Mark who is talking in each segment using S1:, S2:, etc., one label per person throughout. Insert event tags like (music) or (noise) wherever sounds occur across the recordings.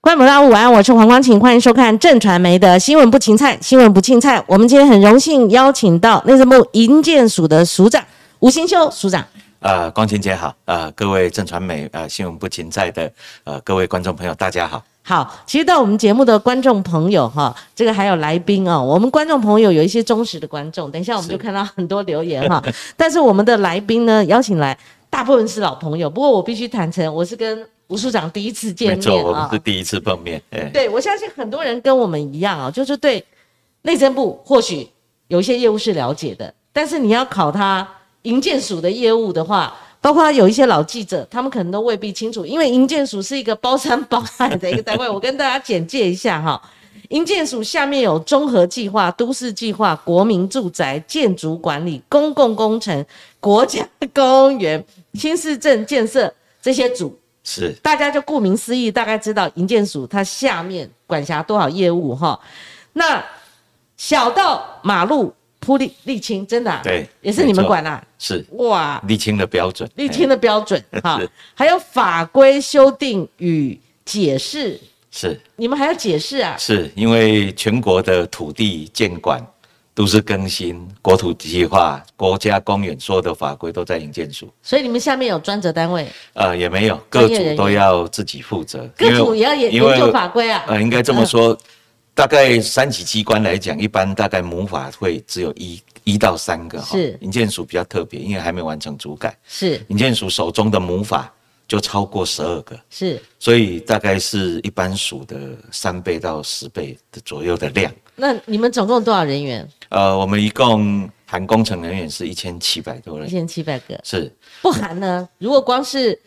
S1: 观众朋友大家午安，我是黄光琴，欢迎收看正传媒的新闻不芹菜，新闻不芹菜。我们今天很荣幸邀请到内政部营建署的署长吴新修署长。
S2: 呃，光晴姐好，呃，各位正传媒呃新闻不勤在的呃各位观众朋友，大家好。
S1: 好，其实到我们节目的观众朋友哈，这个还有来宾哦，我们观众朋友有一些忠实的观众，等一下我们就看到很多留言哈。但是我们的来宾呢，邀请来大部分是老朋友，不过我必须坦诚，我是跟吴署长第一次见
S2: 没
S1: 面
S2: 错，我
S1: 啊
S2: 们是第一次碰面。哎，
S1: 对，我相信很多人跟我们一样啊，就是对内政部或许有一些业务是了解的，但是你要考他营建署的业务的话，包括有一些老记者，他们可能都未必清楚，因为营建署是一个包山包海的一个单位。我跟大家简介一下哈。营建署下面有综合计划、都市计划、国民住宅、建筑管理、公共工程、国家公园、新市镇建设这些组，
S2: 是
S1: 大家就顾名思义，大概知道营建署它下面管辖多少业务哈。那小到马路铺沥沥青，真的、啊、
S2: 对
S1: 也是你们管啦、
S2: 是，
S1: 哇，
S2: 沥青的标准。哎
S1: 沥青
S2: 的
S1: 的标准哈
S2: 是，
S1: (laughs) 还有法规修订与解释，
S2: 是
S1: 你们还要解释啊？
S2: 是因为全国的土地监管、都市更新、国土计划、国家公园所有的法规都在营建署，
S1: 所以你们下面有专责单位，
S2: 呃，也没有
S1: 专
S2: 各
S1: 业人员
S2: 组都要自己负责，
S1: 各
S2: 因为
S1: 组也要研
S2: 因为
S1: 研究法规啊？
S2: 呃，应该这么说，大概三级机关来讲，一般大概母法会只有一一到三个哈。
S1: 是
S2: 营建署比较特别，因为还没完成主改，
S1: 是
S2: 营建署手中的母法就超过十二个，
S1: 是，
S2: 所以大概是一般署的三倍到十倍的左右的量。
S1: 那你们总共有多少人员？
S2: 呃，我们一共含工程人员是一千七百多
S1: 一
S2: 人，
S1: 千七百个，
S2: 是
S1: 不含呢？如果光是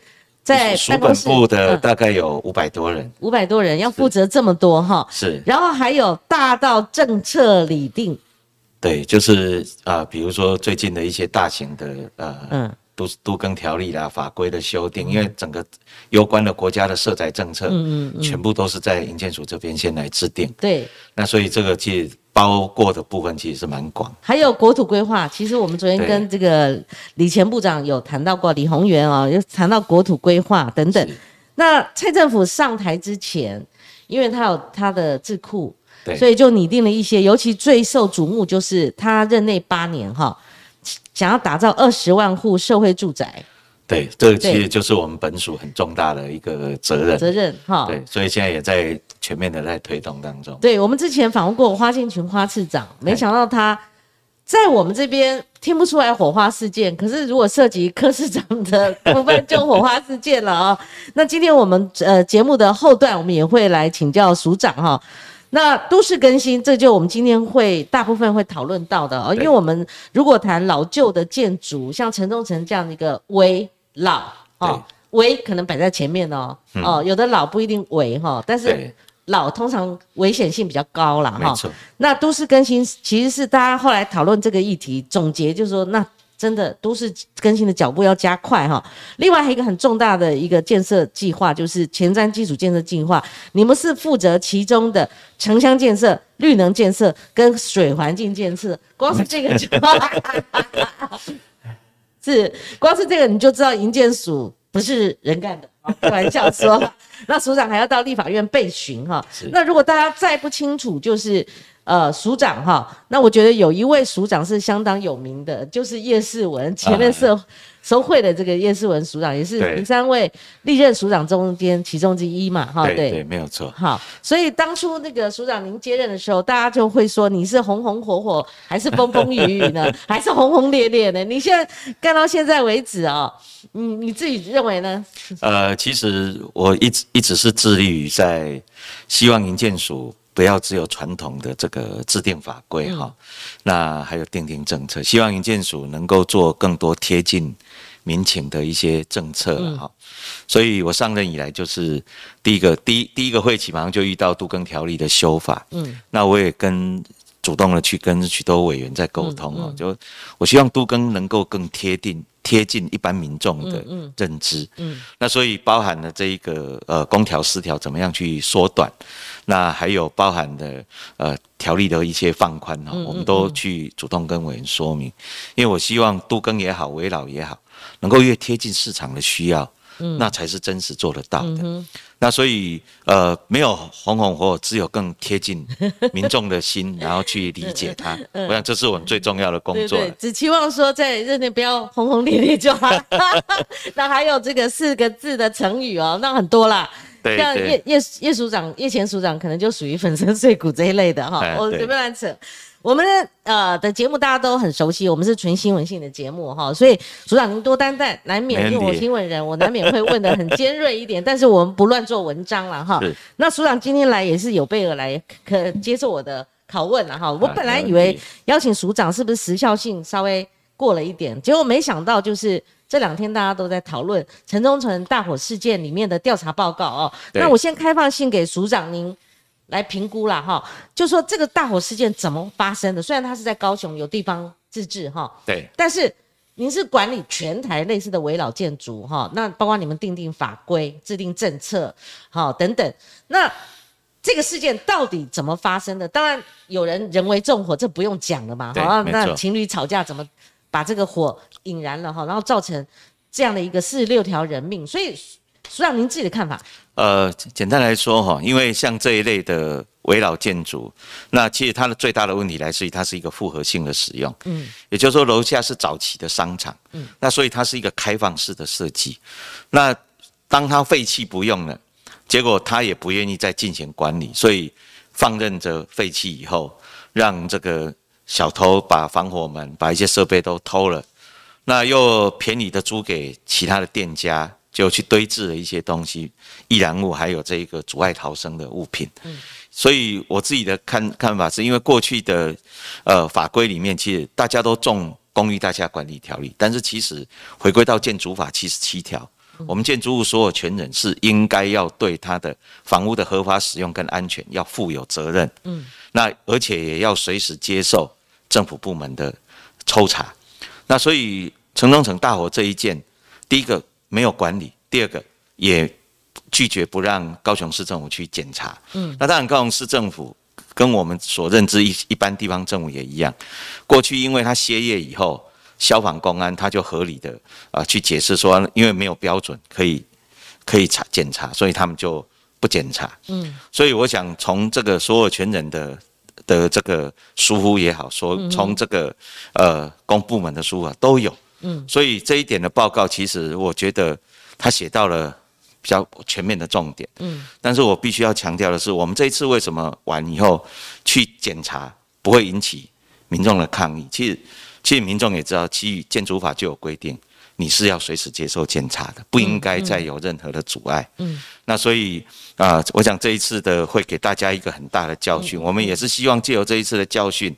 S1: 在
S2: 署
S1: 办公
S2: 本
S1: 室
S2: 部的
S1: 嗯
S2: 大概有五百多人，
S1: 五百多人要负责这么多哈，
S2: 是
S1: 然后还有大到政策拟定，
S2: 对，就是啊、呃比如说最近的一些大型的呃，
S1: 嗯
S2: 都都更条例啦、法规的修订，因为整个有关的国家的社宅政策，
S1: 嗯嗯嗯
S2: 全部都是在营建署这边先来制定。
S1: 对，
S2: 那所以这个其实包括的部分其实是蛮广，
S1: 还有国土规划。其实我们昨天
S2: 对
S1: 跟这个李前部长有谈到过，李鸿源啊、有谈到国土规划等等
S2: 是。
S1: 那蔡政府上台之前，因为他有他的智库，
S2: 对，
S1: 所以就拟定了一些，尤其最受瞩目就是他任内八年哈，想要打造二十万户社会住宅
S2: 对，这个其
S1: 对
S2: 实就是我们本署很重大的一个责任，
S1: 责任哈。
S2: 对，所以现在也在全面的在推动当中，
S1: 对我们之前访问过花敬群花市长，
S2: 哎
S1: 没想到他在我们这边听不出来火花事件，可是如果涉及柯市长的部分，就火花事件了啊、 (laughs) 那今天我们呃节目的后段，我们也会来请教署长哈、那都市更新，这就我们今天会大部分会讨论到的哦，因
S2: 对
S1: 为我们如果谈老旧的建筑，像城中城这样的一个危老哦
S2: 对，
S1: 危可能摆在前面哦，哦，有的老不一定危哈、但是
S2: 嗯对，
S1: 老通常危险性比较高啦，
S2: 没
S1: 哈。
S2: 错，
S1: 那都市更新其实是大家后来讨论这个议题，总结就是说，那真的都市更新的脚步要加快哈。另外还有一个很重大的一个建设计划，就是前瞻基础建设计划，你们是负责其中的城乡建设、绿能建设跟水环境建设，光是这个就是光是这个你就知道营建署不是人干的，啊开玩笑说。那署长还要到立法院备询哈
S2: 是。
S1: 那如果大家再不清楚，就是呃署长哈，那我觉得有一位署长是相当有名的，就是叶世文，前任社收会的这个叶世文署长，也是
S2: 对
S1: 您三位历任署长中间其中之一嘛哈。
S2: 对对，没有错，
S1: 好，所以当初那个署长您接任的时候，大家就会说你是红红火火，还是风风雨雨
S2: (laughs)
S1: 呢，还是轰轰烈烈呢？你现在干到现在为止哦，你你自己认为呢？
S2: 呃，其实我一直一直是致力于在希望营建署不要只有传统的这个制定法规哈、那还有定定政策，希望营建署能够做更多贴近民情的一些政策了哈、所以我上任以来就是第一个第一第一个会期马上就遇到都更条例的修法，嗯，那我也跟。主动的去跟许多委员在沟通哦，就我希望都更能够更贴近贴近一般民众的认知，嗯，那所以包含了这一个呃公条私条怎么样去缩短，那还有包含的呃条例的一些放宽哈、我们都去主动跟委员说明，因为我希望都更也好，围绕也好，能够越贴近市场的需要，那才是真实做得到的。那所以呃，没有红红火火，只有更贴近民众的 (laughs) 心，然后去理解它。我想这是我们最重要的工
S1: 对
S2: 作了。
S1: 对，只期望说在任内不要轰轰烈烈
S2: (laughs)
S1: 就好。那还有这个四个字的成语哦，那很多啦。
S2: 对
S1: 像
S2: 对
S1: 叶叶叶署长、叶前署长可能就属于粉身碎骨这一类的哈、
S2: 哎
S1: 我
S2: (laughs) 对
S1: 随便乱扯。我们的呃的节目大家都很熟悉，我们是纯新闻性的节目哈、所以署长您多担待，难免
S2: 没
S1: 因
S2: 问
S1: 为我
S2: 题
S1: 新闻人，我难免会问的很尖锐一点，
S2: (laughs)
S1: 但是我们不乱做文章了哈
S2: 是。
S1: 那署长今天来也是有备而来，可接受我的拷问了哈。我
S2: 啊
S1: 本来
S2: 没问
S1: 以为
S2: 题
S1: 邀请署长是不是时效性稍微过了一点？结果没想到就是这两天大家都在讨论城中城大火事件里面的调查报告哦。
S2: 对
S1: 那我先开放信给署长您来评估啦哈，就说这个大火事件怎么发生的？虽然它是在高雄有地方自治哈，
S2: 对
S1: 但是您是管理全台类似的围老建筑哈，那包括你们定定法规、制定政策，好等等。那这个事件到底怎么发生的？当然有人人为纵火，这不用讲了嘛。
S2: 对
S1: 好，
S2: 没错
S1: 那情侣吵架怎么把这个火引燃了哈，然后造成这样的一个四十六条人命？所以，署长您自己的看法？
S2: 呃，简单来说哈，因为像这一类的围绕建筑，那其实它的最大的问题来自于它是一个复合性的使用，嗯，也就是说楼下是早期的商场，嗯，那所以它是一个开放式的设计，那当它废弃不用了，结果它也不愿意再进行管理，所以放任着废弃以后，让这个小偷把防火门、把一些设备都偷了。那又便宜的租给其他的店家，就去堆置了一些东西，易燃物，还有这一个阻碍逃生的物品。所以我自己的看看法是，因为过去的呃法规里面，其实大家都重《公寓大厦管理条例》，但是其实回归到建筑法七十七条，我们建筑物所有权人是应该要对它的房屋的合法使用跟安全要负有责任。嗯，那而且也要随时接受政府部门的抽查。那所以城中城大火这一件，第一个没有管理，第二个也拒绝不让高雄市政府去检查。嗯，那当然高雄市政府跟我们所认知一一般地方政府也一样，过去因为他歇业以后，消防公安他就合理的啊、去解释说，因为没有标准可以可以查检查，所以他们就不检查。嗯，所以我想从这个所有权人的。的这个疏忽也好，说从这个呃公部门的疏忽啊都有，嗯，所以这一点的报告，其实我觉得他写到了比较全面的重点。嗯，但是我必须要强调的是，我们这一次为什么完以后去检查不会引起民众的抗议？其实，其实民众也知道，基于建筑法就有规定，你是要随时接受检查的，不应该再有任何的阻碍。嗯，那所以啊、我想这一次的会给大家一个很大的教训，我们也是希望借由这一次的教训，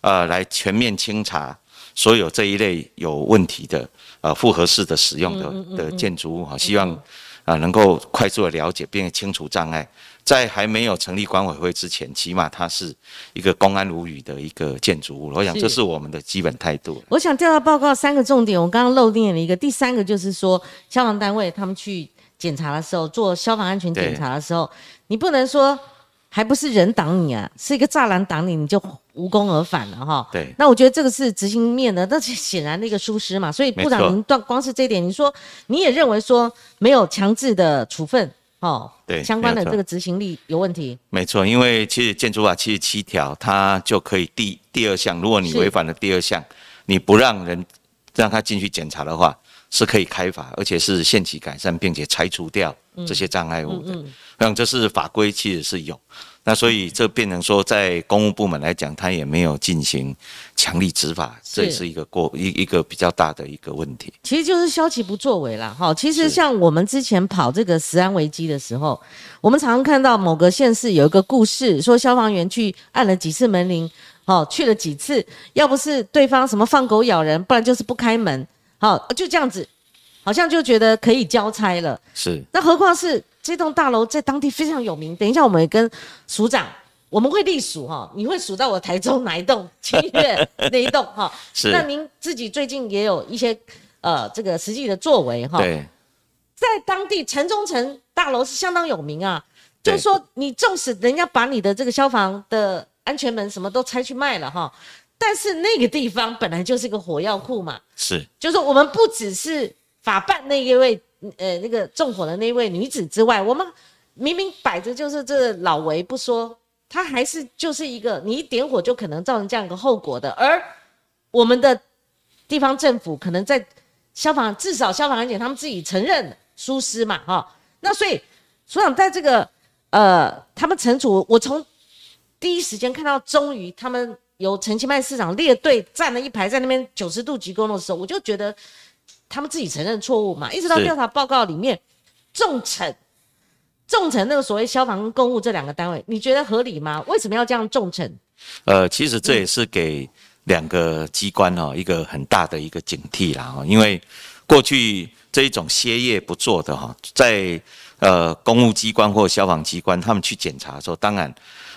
S2: 呃，来全面清查所有这一类有问题的呃复合式的使用的的建筑物哈，希望啊、能够快速的了解并清除障碍，在还没有成立管委会之前，起码它是一个公安无虞的一个建筑物，我想
S1: 是
S2: 这是我们的基本态度。
S1: 我想调查报告三个重点，我刚刚漏念了一个，第三个就是说消防单位他们去检查的时候，做消防安全检查的时候，你不能说还不是人挡你啊，是一个栅栏挡你，你就无功而返了哈。
S2: 对
S1: 那我觉得这个是执行面的，那是显然的一个疏失嘛。所以部
S2: 没错
S1: 长，您断光是这一点，你说你也认为说没有强制的处分哦，
S2: 对
S1: 相关的
S2: 没有错
S1: 这个执行力有问题。
S2: 没错，因为其实建筑法七十七条，它就可以第第二项，如果你
S1: 是
S2: 违反了第二项，你不让人让他进去检查的话，是可以开罚，而且是限期改善，并且拆除掉
S1: 嗯
S2: 这些障碍物的。我想这是法规其实是有，那所以这变成说，在公务部门来讲，它也没有进行强力执法，这也
S1: 是
S2: 是一个过一一个比较大的一个问题。
S1: 其实就是消极不作为啦，哈。其实
S2: 是
S1: 像我们之前跑这个食安危机的时候，我们常常看到某个县市有一个故事，说消防员去按了几次门铃，哦，去了几次，要不是对方什么放狗咬人，不然就是不开门，好、就这样子，好像就觉得可以交差了。
S2: 是
S1: 那何况是这栋大楼在当地非常有名。等一下，我们也跟署长，我们会隶属哈，你会数到我台中哪一栋、清月那一栋哈。
S2: 是
S1: 那您自己最近也有一些呃这个实际的作为哈，
S2: 对。
S1: 在当地城中城大楼是相当有名啊。就
S2: 对
S1: 是说你纵使人家把你的这个消防的安全门什么都拆去卖了哈，但是那个地方本来就是个火药库嘛。
S2: 是
S1: 就是我们不只是法办那一位呃那个纵火的那位女子之外，我们明明摆着就是这老为不说，他还是就是一个你一点火就可能造成这样一个后果的，而我们的地方政府可能在消防至少消防安检他们自己承认疏失嘛，哈、那所以所长在这个呃他们惩处，我从第一时间看到，终于他们由陈其迈市长列队站了一排，在那边九十度鞠躬的时候，我就觉得他们自己承认错误嘛。一直到
S2: 是
S1: 调查报告里面，重惩重惩那个所谓消防跟公务这两个单位，你觉得合理吗？为什么要这样重惩？
S2: 呃，其实这也是给两个机关哦一个很大的一个警惕啦，哦因为过去这一种歇业不做的哈、在呃公务机关或消防机关，他们去检查的时候，当然。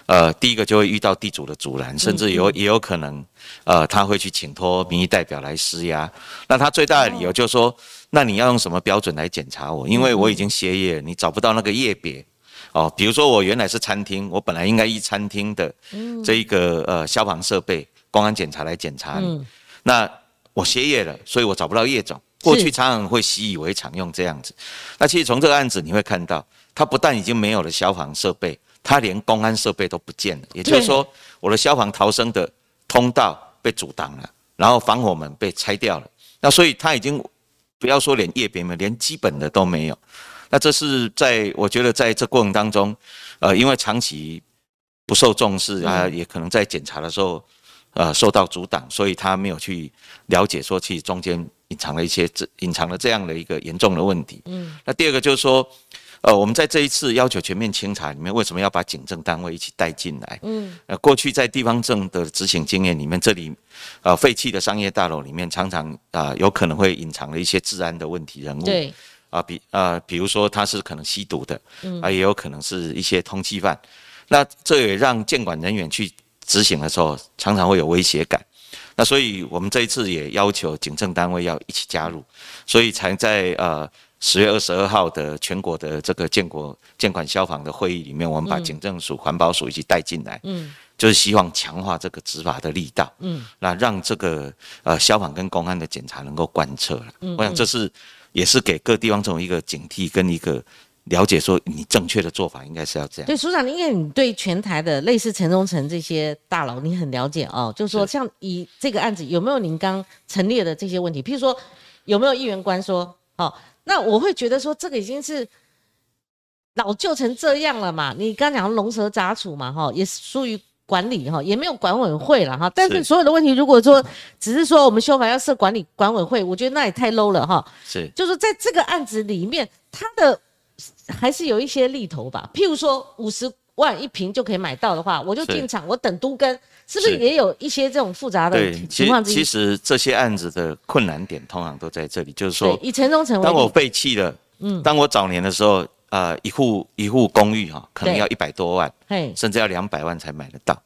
S2: 呃，第一个就会遇到地主的阻拦，甚至有也有可能，呃，他会去请托民意代表来施压。那他最大的理由就是说，那你要用什么标准来检查我？因为我已经歇业了，你找不到那个业别，哦，比如说我原来是餐厅，我本来应该依餐厅的这一个呃消防设备、公安检查来检查你，那我歇业了，所以我找不到业种。过去常常会习以为常用这样子，那其实从这个案子你会看到，它不但已经没有了消防设备，它连公安设备都不见了。也就是说，我的消防逃生的通道被阻挡了，然后防火门被拆掉了。那所以它已经不要说连业别没有，连基本的都没有。那这是在我觉得在这过程当中，呃，因为长期不受重视啊，也可能在检查的时候，呃，受到阻挡，所以他没有去了解说，其实中间隐藏了一些这隐藏了这样的一个严重的问题。嗯，那第二个就是说，呃，我们在这一次要求全面清查里面，为什么要把警政单位一起带进来？嗯，呃，过去在地方政的执行经验里面，这里呃废弃的商业大楼里面，常常啊、有可能会隐藏了一些治安的问题人物。
S1: 对，
S2: 啊，比啊，比如说他是可能吸毒的，啊，也有可能是一些通缉犯。那这也让监管人员去执行的时候，常常会有威胁感。那所以我们这一次也要求警政单位要一起加入，所以才在呃十月二十二号的全国的这个建国监管消防的会议里面，我们把警政署、环保署一起带进来，嗯，就是希望强化这个执法的力道，嗯，那让这个呃消防跟公安的检查能够贯彻了。
S1: 嗯
S2: 我想这是也是给各地方政府一个警惕跟一个了解，说你正确的做法应该是要这样。
S1: 对，署长，因为你对全台的类似城中城这些大楼你很了解哦，就是说
S2: 是
S1: 像以这个案子有没有您刚陈列的这些问题，譬如说有没有议员官说，哦，那我会觉得说这个已经是老旧成这样了嘛，你刚讲龙蛇杂处嘛，哈、也是疏于管理哈、也没有管委会了哈、但是
S2: 是
S1: 所有的问题如果说只是说我们修法要设管理管委会，我觉得那也太 low 了哈、
S2: 是
S1: 就是在这个案子里面，他的嗯还是有一些利头吧。譬如说五十万一瓶就可以买到的话，我就是进场，我等都跟，是不是
S2: 是
S1: 也有一些这种复杂的
S2: 对，
S1: 情
S2: 其
S1: 况
S2: 实
S1: 之一
S2: 其？实这些案子的困难点通常都在这里，就是
S1: 对
S2: 说，，
S1: 以城中城为
S2: 当我
S1: 例，
S2: 废弃了，嗯，当我早年的时候，呃，一户一户公寓哈、可能
S1: 对
S2: 要一百多万，
S1: 嘿，
S2: 甚至要两百万才买得到。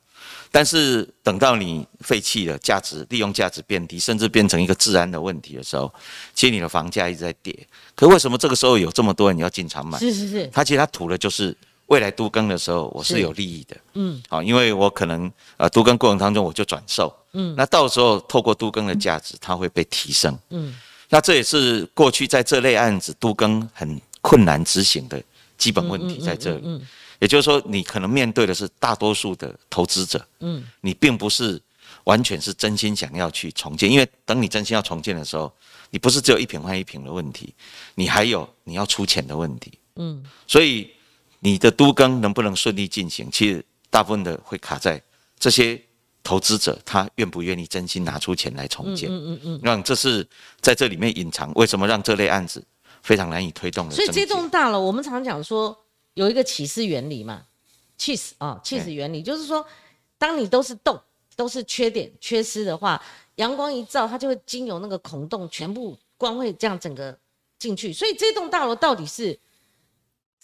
S2: 但是等到你废弃了，价值利用价值变低，甚至变成一个治安的问题的时候，其实你的房价一直在跌。可为什么这个时候有这么多人要进场买？
S1: 是是是，
S2: 他其实他图的就是未来都更的时候，我是
S1: 是
S2: 有利益的，嗯，好，因为我可能呃都更过程当中我就转售，嗯，那到时候透过都更的价值，它会被提升，嗯，那这也是过去在这类案子都更很困难执行的基本问题在这里，也就是说，你可能面对的是大多数的投资者，嗯，你并不是完全是真心想要去重建，因为等你真心要重建的时候，你不是只有一平换一平的问题，你还有你要出钱的问题，
S1: 嗯
S2: 所以你的都更能不能顺利进行，其实大部分的会卡在这些投资者他愿不愿意真心拿出钱来重建。嗯嗯嗯，让这是在这里面隐藏为什么让这类案子非常难以推动的
S1: 所
S2: 症
S1: 以
S2: 结。
S1: 这栋大楼我们常讲说有一个起始原理嘛，cheese 啊，cheese 原理就是说，当你都是洞，都是缺点、缺失的话，阳光一照，它就会经由那个孔洞，全部光会这样整个进去。所以这栋大楼到底是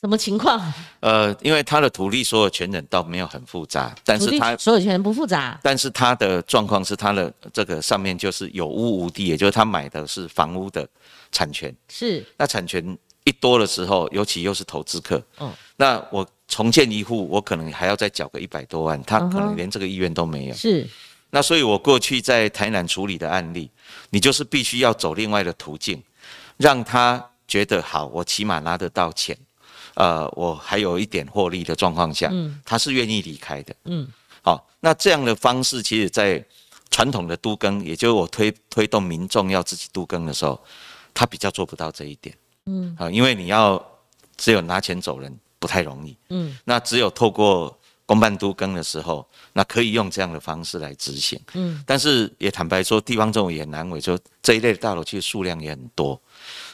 S1: 什么情况？
S2: 呃，因为他的土地所有权人倒没有很复杂，但
S1: 土
S2: 是
S1: 地
S2: 他
S1: 所有权不复杂，
S2: 但是他的状况是他的这个上面就是有屋无地，也就是他买的是房屋的产权。
S1: 是
S2: 那产权一多的时候，尤其又是投资客，
S1: 嗯
S2: 那我重建一户，我可能还要再缴个一百多万，他
S1: 嗯哼
S2: 可能连这个意愿都没有。
S1: 是
S2: 那所以我过去在台南处理的案例，你就是必须要走另外的途径，让他觉得好，我起码拿得到钱，呃，我还有一点获利的状况下，他是愿意离开的。
S1: 嗯，
S2: 好、那这样的方式，其实在传统的都更，也就是我推推动民众要自己都更的时候，他比较做不到这一点。嗯，啊、因为你要只有拿钱走人不太容易。
S1: 嗯，
S2: 那只有透过公办都更的时候，那可以用这样的方式来执行。
S1: 嗯，
S2: 但是也坦白说，地方政府也很难为，就这一类的大楼其实数量也很多，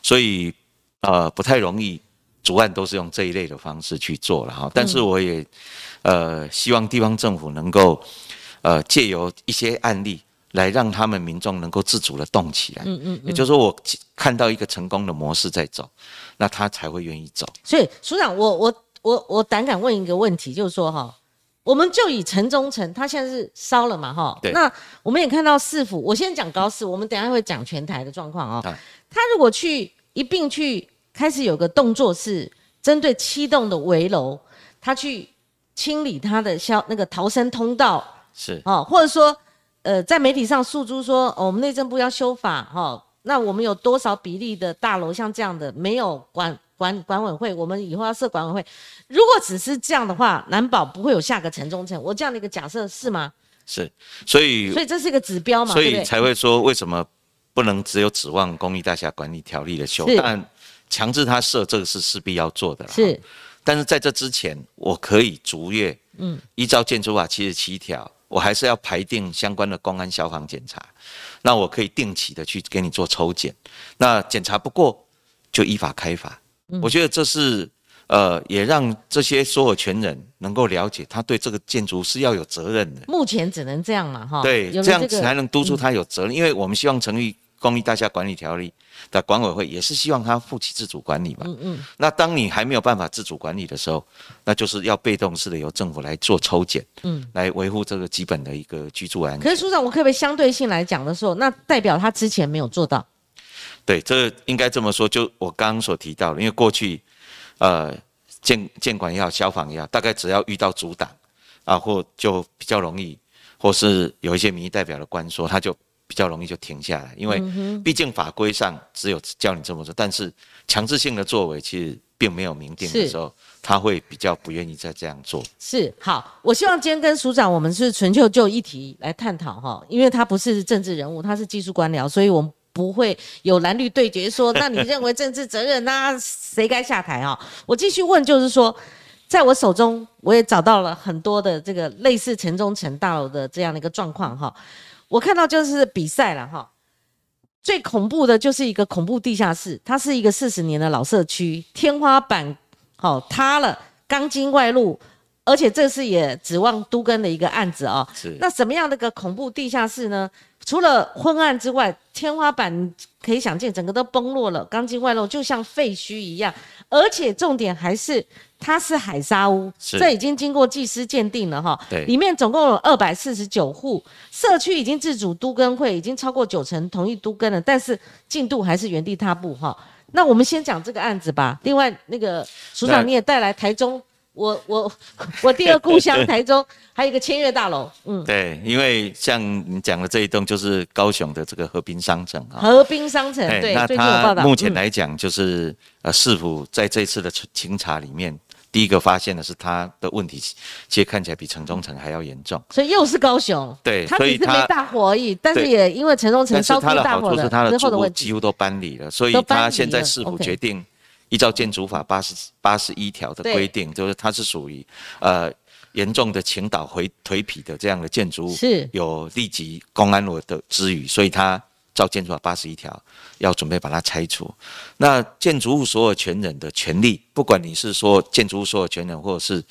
S2: 所以呃不太容易。主案都是用这一类的方式去做了哈，但是我也、呃希望地方政府能够呃借由一些案例来让他们民众能够自主的动起来。嗯嗯也就是说，我看到一个成功的模式在走，那他才会愿意走。
S1: 所以署长，我我我我胆敢问一个问题，就是说哈，我们就以城中城，它现在是烧了嘛哈，
S2: 对
S1: 那我们也看到市府，我先讲高市，我们等一下会讲全台的状况哦。
S2: 啊
S1: 他如果去一并去开始有个动作是针对七栋的围楼，他去清理他的消那个逃生通道
S2: 是
S1: 哦，或者说，呃，在媒体上诉诸说、哦我们内政部要修法哈、哦，那我们有多少比例的大楼像这样的没有管管管委会，我们以后要设管委会。如果只是这样的话，难保不会有下个城中城。我这样的一个假设是吗？
S2: 是，所以
S1: 所以这是一个指标嘛，
S2: 所
S1: 对不
S2: 以
S1: 对？
S2: 才会说为什么不能只有指望公益大厦管理条例的修
S1: 是，
S2: 但强制他设这个是势必要做的啦。
S1: 是，
S2: 但是在这之前，我可以逐月，嗯，依照建筑法七十七条，我还是要排定相关的公安消防检查，那我可以定期的去给你做抽检，那检查不过就依法开罚。
S1: 嗯
S2: 我觉得这是呃，也让这些所有权人能够了解，他对这个建筑是要有责任的。
S1: 目前只能这样嘛，哈、
S2: 对，
S1: 有了
S2: 这样
S1: 个
S2: 子才能督促他有责任，因为我们希望成立公益大厦管理条例的管委会，也是希望他负起自主管理嘛。嗯嗯。那当你还没有办法自主管理的时候，那就是要被动式的由政府来做抽检，嗯，来维护这个基本的一个居住安
S1: 可
S2: 全。
S1: 是署长，我可不可以相对性来讲的时候，那代表他之前没有做到？
S2: 对，这应该这么说，就我刚刚所提到的，因为过去，呃，建建管也好，消防也好，大概只要遇到阻挡啊，或就比较容易，或是有一些民意代表的官说，他就比较容易就停下来，因为
S1: 嗯
S2: 毕竟法规上只有叫你这么做，但是强制性的作为其实并没有明定的
S1: 是
S2: 时候，他会比较不愿意再这样做。
S1: 是好，我希望今天跟署长，我们是纯就就议题来探讨哈，因为他不是政治人物，他是技术官僚，所以我们不会有蓝绿对决说，那你认为政治责任那、谁该下台啊？我继续问，就是说，在我手中我也找到了很多的这个类似城中城大楼的这样的一个状况哈，我看到就是比赛了哈。最恐怖的就是一个恐怖地下室，它是一个四十年的老社区，天花板哦塌了，钢筋外露，而且这是也指望都更的一个案子哦。
S2: 是
S1: 那什么样的一个恐怖地下室呢？除了昏暗之外，天花板可以想见，整个都崩落了，钢筋外露，就像废墟一样。而且重点还是它是海沙屋，
S2: 是
S1: 这已经经过技师鉴定了哈。
S2: 对
S1: 里面总共有二百四十九户，社区已经自主都更会已经超过九成同意都更了，但是进度还是原地踏步哈。那我们先讲这个案子吧。另外，那个署
S2: 那
S1: 长你也带来台中，我我我第二故
S2: (laughs)
S1: 乡台中还有一个千悦大楼，嗯，
S2: 对，因为像你讲的这一栋就是高雄的这个和平商城啊，
S1: 河滨商 (laughs) 城
S2: 哎
S1: 对，
S2: 那
S1: 最近有报
S2: 他
S1: 道，
S2: 目前
S1: 嗯
S2: 来讲，就是、呃，市府在这次的清查里面，第一个发现的是他的问题，其实看起来比城中城还要严重。
S1: 所以又是高雄，
S2: 对
S1: 它
S2: 所
S1: 只
S2: 以
S1: 是没
S2: 它
S1: 大火而已，但是
S2: 对
S1: 也因为城中城
S2: 但是
S1: 烧出
S2: 他的
S1: 大
S2: 好
S1: 火
S2: 处是他
S1: 了之
S2: 的
S1: 后
S2: 住
S1: 的
S2: 户
S1: 问
S2: 几
S1: 题，
S2: 乎都搬离了，所以
S1: 都搬
S2: 他
S1: 离
S2: 现在
S1: 了
S2: 市府
S1: ，OK
S2: 决定依照建筑法八十八十一条的
S1: 对
S2: 规定，就是它是属于呃严重的倾倒回颓圮的这样的建筑物，
S1: 是
S2: 有立即公安我的之余，所以它照建筑法八十一条要准备把它拆除。那建筑物所有权人的权利，不管你是说建筑物所有权人，或者是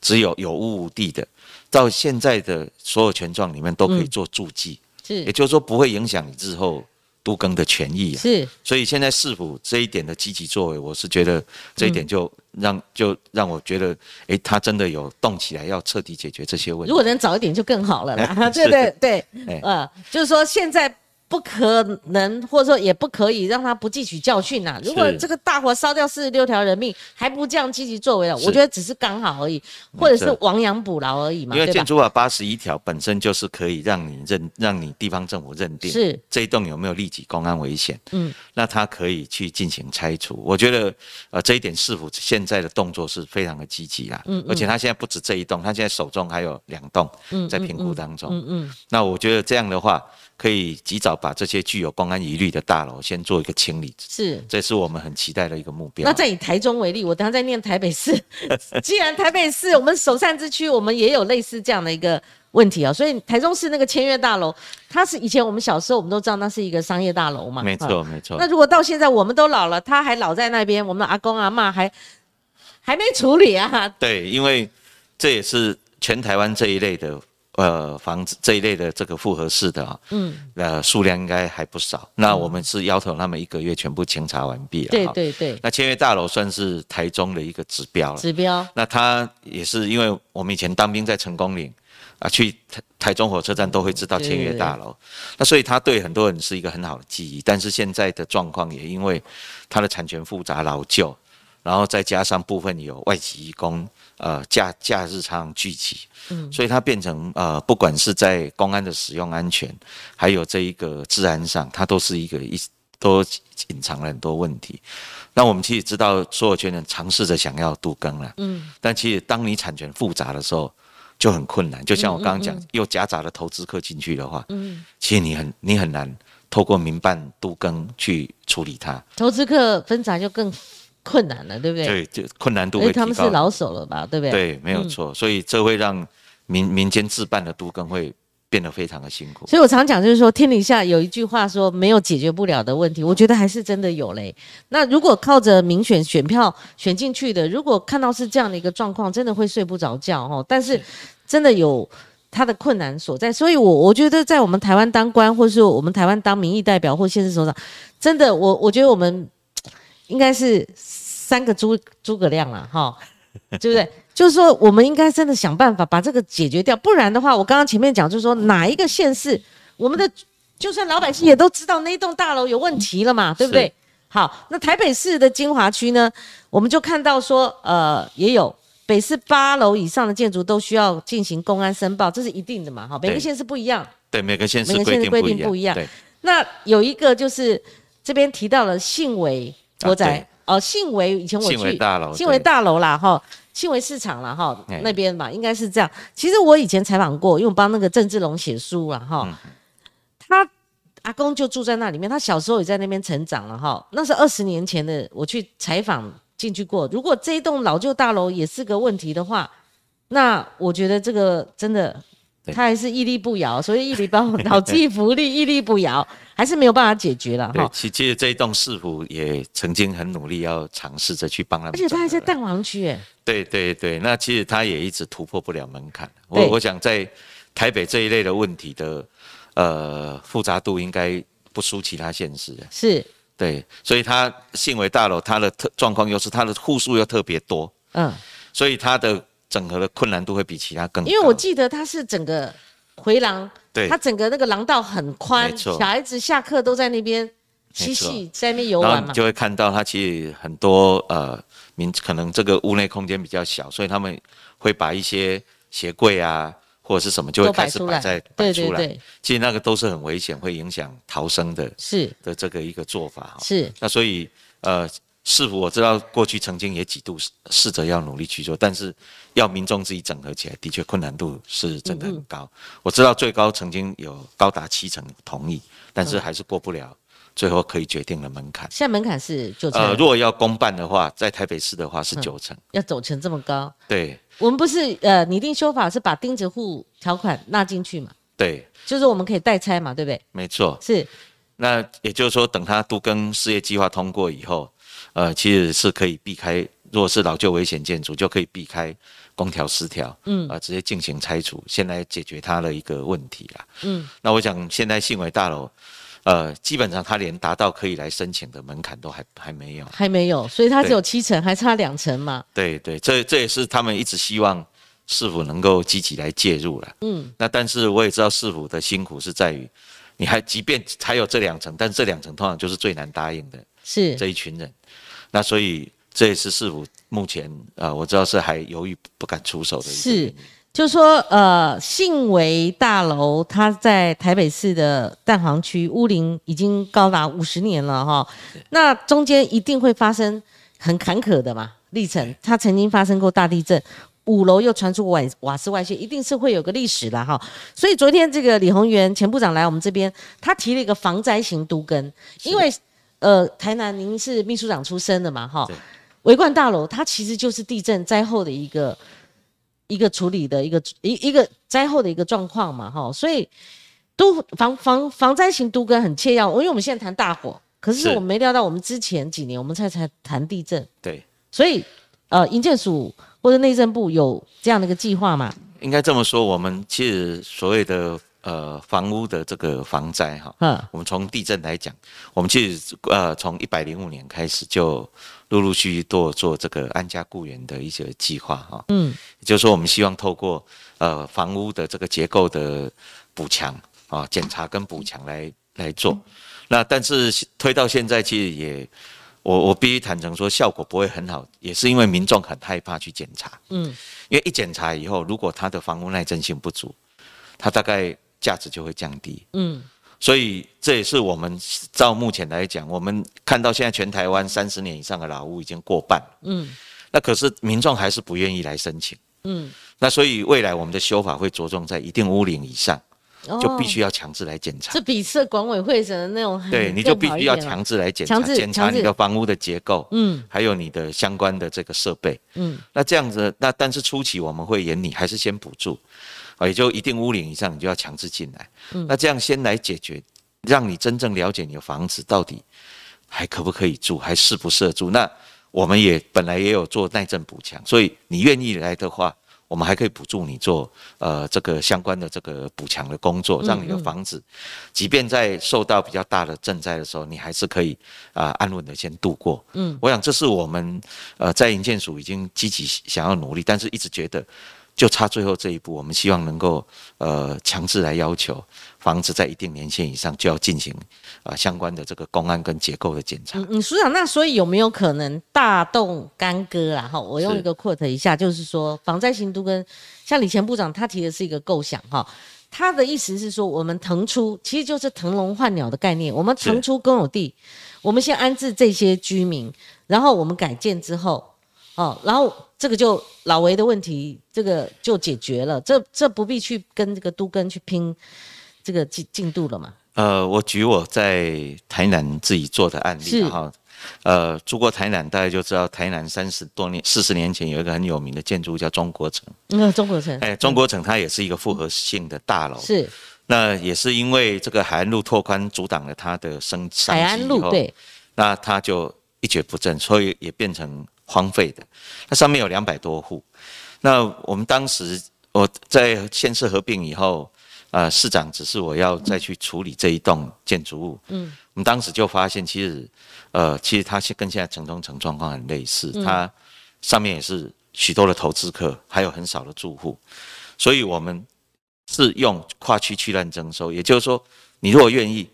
S2: 只有有屋无地的，到现在的所有权状里面都可以做注记。也
S1: 是
S2: 就是说不会影响你日后都更的权益啊。
S1: 是
S2: 所以现在市府这一点的积极作为，我是觉得这一点就让、就让我觉得，诶，他真的有动起来，要彻底解决这些问
S1: 如 (laughs)
S2: 题。
S1: 果能早一点就更好了啦，对
S2: 哎是
S1: 对对
S2: 哎，
S1: 呃，就是说现在。不可能，或者说也不可以让他不汲取教训呐、如果
S2: 是
S1: 这个大火烧掉四十六条人命，还不这样积极作为了，
S2: 是
S1: 我觉得只是刚好而已，或者是
S2: 错
S1: 亡羊补牢而已嘛，
S2: 因为
S1: 对
S2: 建
S1: 吧？
S2: 筑法八十一条本身就是可以让你认，让你地方政府认定
S1: 是
S2: 这一栋有没有立即公安危险，
S1: 嗯，
S2: 那它可以去进行拆除。我觉得呃这一点市府现在的动作是非常的积极啦，嗯而且他现在不止这一栋，他现在手中还有两栋在评估当中，
S1: 嗯嗯，
S2: 那我觉得这样的话，可以及早把这些具有公安疑虑的大楼先做一个清理，
S1: 是。
S2: 这是我们很期待的一个目标。
S1: 那再以台中为例，我等下再念台北市。 (laughs) 既然台北市我们首善之区，我们也有类似这样的一个问题啊、所以台中市那个签约大楼，它是以前我们小时候我们都知道那是一个商业大楼嘛，
S2: 没
S1: 啊
S2: 错，没错
S1: 那。如果到现在我们都老了，他还老在那边，我们的阿公阿妈还还没处理啊，
S2: (laughs) 对，因为这也是全台湾这一类的呃房子这一类的这个复合式的啊、
S1: 嗯，
S2: 呃数量应该还不少。那我们是要求他们一个月全部清查完毕了。
S1: 对
S2: 哈。
S1: 对对，
S2: 那签约大楼算是台中的一个指标了。
S1: 指标
S2: 那他也是因为我们以前当兵在成功岭啊，去台台中火车站都会知道签约大楼，那所以他对很多人是一个很好的记忆。但是现在的状况也因为它的产权复杂老旧，然后再加上部分有外籍移工，呃，假假日常聚集，所以它变成呃，不管是在公安的使用安全，还有这一个治安上，它都是一个一都隐藏了很多问题。那我们其实知道，所有权人尝试着想要杜更了，嗯，但其实当你产权复杂的时候。就很困难，就像我刚
S1: 嗯
S2: 刚讲，又夹杂了投资客进去的话，嗯，其实你很你很难透过民办都更去处理它，
S1: 投资客分杂就更困难了，对不对？
S2: 对，就困难度
S1: 因
S2: 会
S1: 为
S2: 提
S1: 他
S2: 高。
S1: 们是老嗯手了吧，对不对？
S2: 对，没有错，所以这会让民民间自办的都更会变得非常的辛苦。
S1: 所以我常讲就是说，天底下有一句话说没有解决不了的问题，我觉得还是真的有嘞。那如果靠着民选选票选进去的，如果看到是这样的一个状况，真的会睡不着觉哦。但是真的有。它的困难所在，所以我我觉得在我们台湾当官，或是我们台湾当民意代表或县市首长，真的，我我觉得我们应该是三个诸诸葛亮了哈， (laughs) 对不对？就是说，我们应该真的想办法把这个解决掉，不然的话，我刚刚前面讲，就是说哪一个县市，我们的就算老百姓也都知道那一栋大楼有问题了嘛，对不对
S2: 是？
S1: 好，那台北市的金华区呢，我们就看到说，呃，也有北市八楼以上的建筑都需要进行公安申报，这是一定的嘛，哈，每个
S2: 对
S1: 县市不一样。
S2: 对，每个县市
S1: 每个县
S2: 规
S1: 市
S2: 定不
S1: 规
S2: 一
S1: 定
S2: 样，
S1: 不一样
S2: 对，
S1: 那有一个就是这边提到了信维国
S2: 啊
S1: 宅
S2: 对、
S1: 哦，信维以前我去
S2: 信维大楼
S1: 信维
S2: 对
S1: 大楼啦哈，信维市场啦哈
S2: 哎
S1: 那边吧，应该是这样。其实我以前采访过，因为我帮那个郑志龙写书啦哈，
S2: 嗯
S1: 他阿公就住在那里面，他小时候也在那边成长了哈。那是二十年前的，我去采访进去过。如果这一栋老旧大楼也是个问题的话，那我觉得这个真的
S2: 对
S1: 他还是屹立不摇，所以屹立不摇，老骥伏枥，屹立不摇，还是没有办法解决了
S2: 对
S1: 哈。
S2: 其其实这一栋市府也曾经很努力要尝试着去帮他们
S1: 而
S2: 整合
S1: 且他
S2: 了，
S1: 还在蛋黄区，哎，
S2: 对对对，那其实他也一直突破不了门槛。
S1: 对
S2: 我我想在台北这一类的问题的呃复杂度应该不输其他县市，
S1: 是，
S2: 对，所以它信维大楼它的特状况又是它的户数又特别多，
S1: 嗯，
S2: 所以它的整合的困难度会比其他更高。
S1: 因为我记得他是整个回廊，
S2: 对
S1: 他整个那个廊道很宽，
S2: 没
S1: 小
S2: 错
S1: 孩子下课都在那边嬉戏，在那边游
S2: 然后
S1: 玩
S2: 你
S1: 嘛。
S2: 就会看到它其实很多呃民可能这个屋内空间比较小，所以他们会把一些鞋柜啊或者是什么就会
S1: 都摆
S2: 开始
S1: 出
S2: 摆
S1: 来
S2: 在
S1: 对
S2: 摆
S1: 对
S2: 出来，
S1: 对
S2: 其实那个都是很危险，会影响逃生的
S1: 是
S2: 的这个一个做法。哦
S1: 是，
S2: 那所以呃，市府我知道过去曾经也几度试试着要努力去做，但是要民众自己整合起来，的确困难度是真的很高。
S1: 嗯
S2: 我知道最高曾经有高达七成同意，但是还是过不了最后可以决定的门槛。
S1: 现在门槛嗯是嗯九成，
S2: 呃，如果要公办的话，在台北市的话是九成，
S1: 要走成这么高，
S2: 对
S1: 我们不是呃拟定修法是把钉子户条款纳进去嘛，
S2: 对，
S1: 就是我们可以代拆嘛，对不对？
S2: 没错。
S1: 是
S2: 那也就是说，等他都更事业计划通过以后，呃，其实是可以避开，如果是老旧危险建筑，就可以避开公条失调，嗯，啊、直接进行拆除，先来解决它的一个问题啦。
S1: 嗯，
S2: 那我想现在信维大楼，呃，基本上它连达到可以来申请的门槛都还还没有。
S1: 还没有，所以它只
S2: 对
S1: 有七成，还差两成嘛。
S2: 对对，这这也是他们一直希望市府能够积极来介入了。
S1: 嗯，
S2: 那但是我也知道市府的辛苦是在于，你还即便还有这两层，但这两层通常就是最难答应的
S1: 是
S2: 这一群人。那所以这也是市府目前啊、呃我知道是还犹豫不敢出手的一个原因。
S1: 是，就说呃，信维大楼它在台北市的蛋行区乌林已经高达五十年了哈，那中间一定会发生很坎坷的嘛历程。它曾经发生过大地震，五楼又传出瓦瓦斯外泄，一定是会有个历史啦哈。所以昨天这个李宏源前部长来我们这边，他提了一个防灾型都根，因为呃，台南您是秘书长出身的嘛哈
S2: 对，
S1: 维冠大楼它其实就是地震灾后的一个。一个处理的一个一一个灾后的一个状况嘛，哈，所以都防防防灾型都跟很切要，因为我们现在谈大火，可是
S2: 是
S1: 我们没料到我们之前几年我们才才谈地震，
S2: 对，
S1: 所以呃，营建署或者内政部有这样的一个计划嘛，
S2: 应该这么说，我们其实所谓的呃房屋的这个防灾哈，
S1: 嗯
S2: 我们从地震来讲，我们其实呃从一百零五年开始就陆陆续续做做这个安家雇员的一些计划哈，
S1: 嗯，
S2: 也就是说我们希望透过呃房屋的这个结构的补强啊，检查跟补强来来做。那但是推到现在，其实也我我必须坦诚说，效果不会很好，也是因为民众很害怕去检查。
S1: 嗯，
S2: 因为一检查以后，如果它的房屋耐震性不足，它大概价值就会降低。
S1: 嗯，
S2: 所以这也是我们照目前来讲，我们看到现在全台湾三十年以上的老屋已经过半了。
S1: 嗯，
S2: 那可是民众还是不愿意来申请。
S1: 嗯，
S2: 那所以未来我们的修法会着重在一定屋龄以上，就必
S1: 哦
S2: 须要强制来检查。
S1: 这比社管委会什么那种
S2: 对，
S1: 很
S2: 你
S1: 嗯
S2: 就
S1: 更
S2: 必
S1: 好一
S2: 须要
S1: 点了
S2: 强制来检查，
S1: 强制
S2: 检查
S1: 强制
S2: 你的房屋的结构，
S1: 嗯
S2: 还有你的相关的这个设备。
S1: 嗯
S2: 那这样子，那但是初期我们会严厉，还是先补助，啊，也就一定屋龄以上你就要强制进来。
S1: 嗯
S2: 那这样先来解决，让你真正了解你的房子到底还可不可以住，还适不适合住。那我们也本来也有做耐震补强，所以你愿意来的话，我们还可以补助你做呃这个相关的这个补强的工作，让你的房子，即便在受到比较大的震灾的时候，你还是可以啊、安稳的先度过。
S1: 嗯，
S2: 我想这是我们呃在营建署已经积极想要努力，但是一直觉得就差最后这一步，我们希望能够呃强制来要求房子在一定年限以上就要进行啊、呃相关的这个公安跟结构的检查。
S1: 嗯嗯，署长，那所以有没有可能大动干戈啊啦？哈，我用
S2: 是
S1: 一个 quote 一下，就是说防灾行都跟像李前部长他提的是一个构想哈，他的意思是说我们腾出其实就是腾笼换鸟的概念，我们腾
S2: 是
S1: 出公有地，我们先安置这些居民，然后我们改建之后，哦，然后这个就老维的问题，这个就解决了，这这不必去跟这个都跟去拼这个进进度了嘛？
S2: 呃，我举我在台南自己做的案例
S1: 是
S2: 啊哈，呃，住过台南，大家就知道台南三十多年、四十年前有一个很有名的建筑叫中国城，
S1: 那、嗯中国城、
S2: 哎，中国城它也是一个复合性的大楼，
S1: 是
S2: 那也是因为这个海岸路拓宽阻挡了它的生商
S1: 海
S2: 机
S1: 岸
S2: 以
S1: 路
S2: 后
S1: 对。
S2: 那它就一蹶不振，所以也变成荒废的。那上面有两百多户。那我们当时我在县市合并以后，呃，市长指示我要再去处理这一栋建筑物。嗯，我们当时就发现，其实，呃，其实它是跟现在城中城状况很类似，它上面也是许多的投资客，还有很少的住户，所以我们是用跨区区段征收，也就是说，你如果愿意，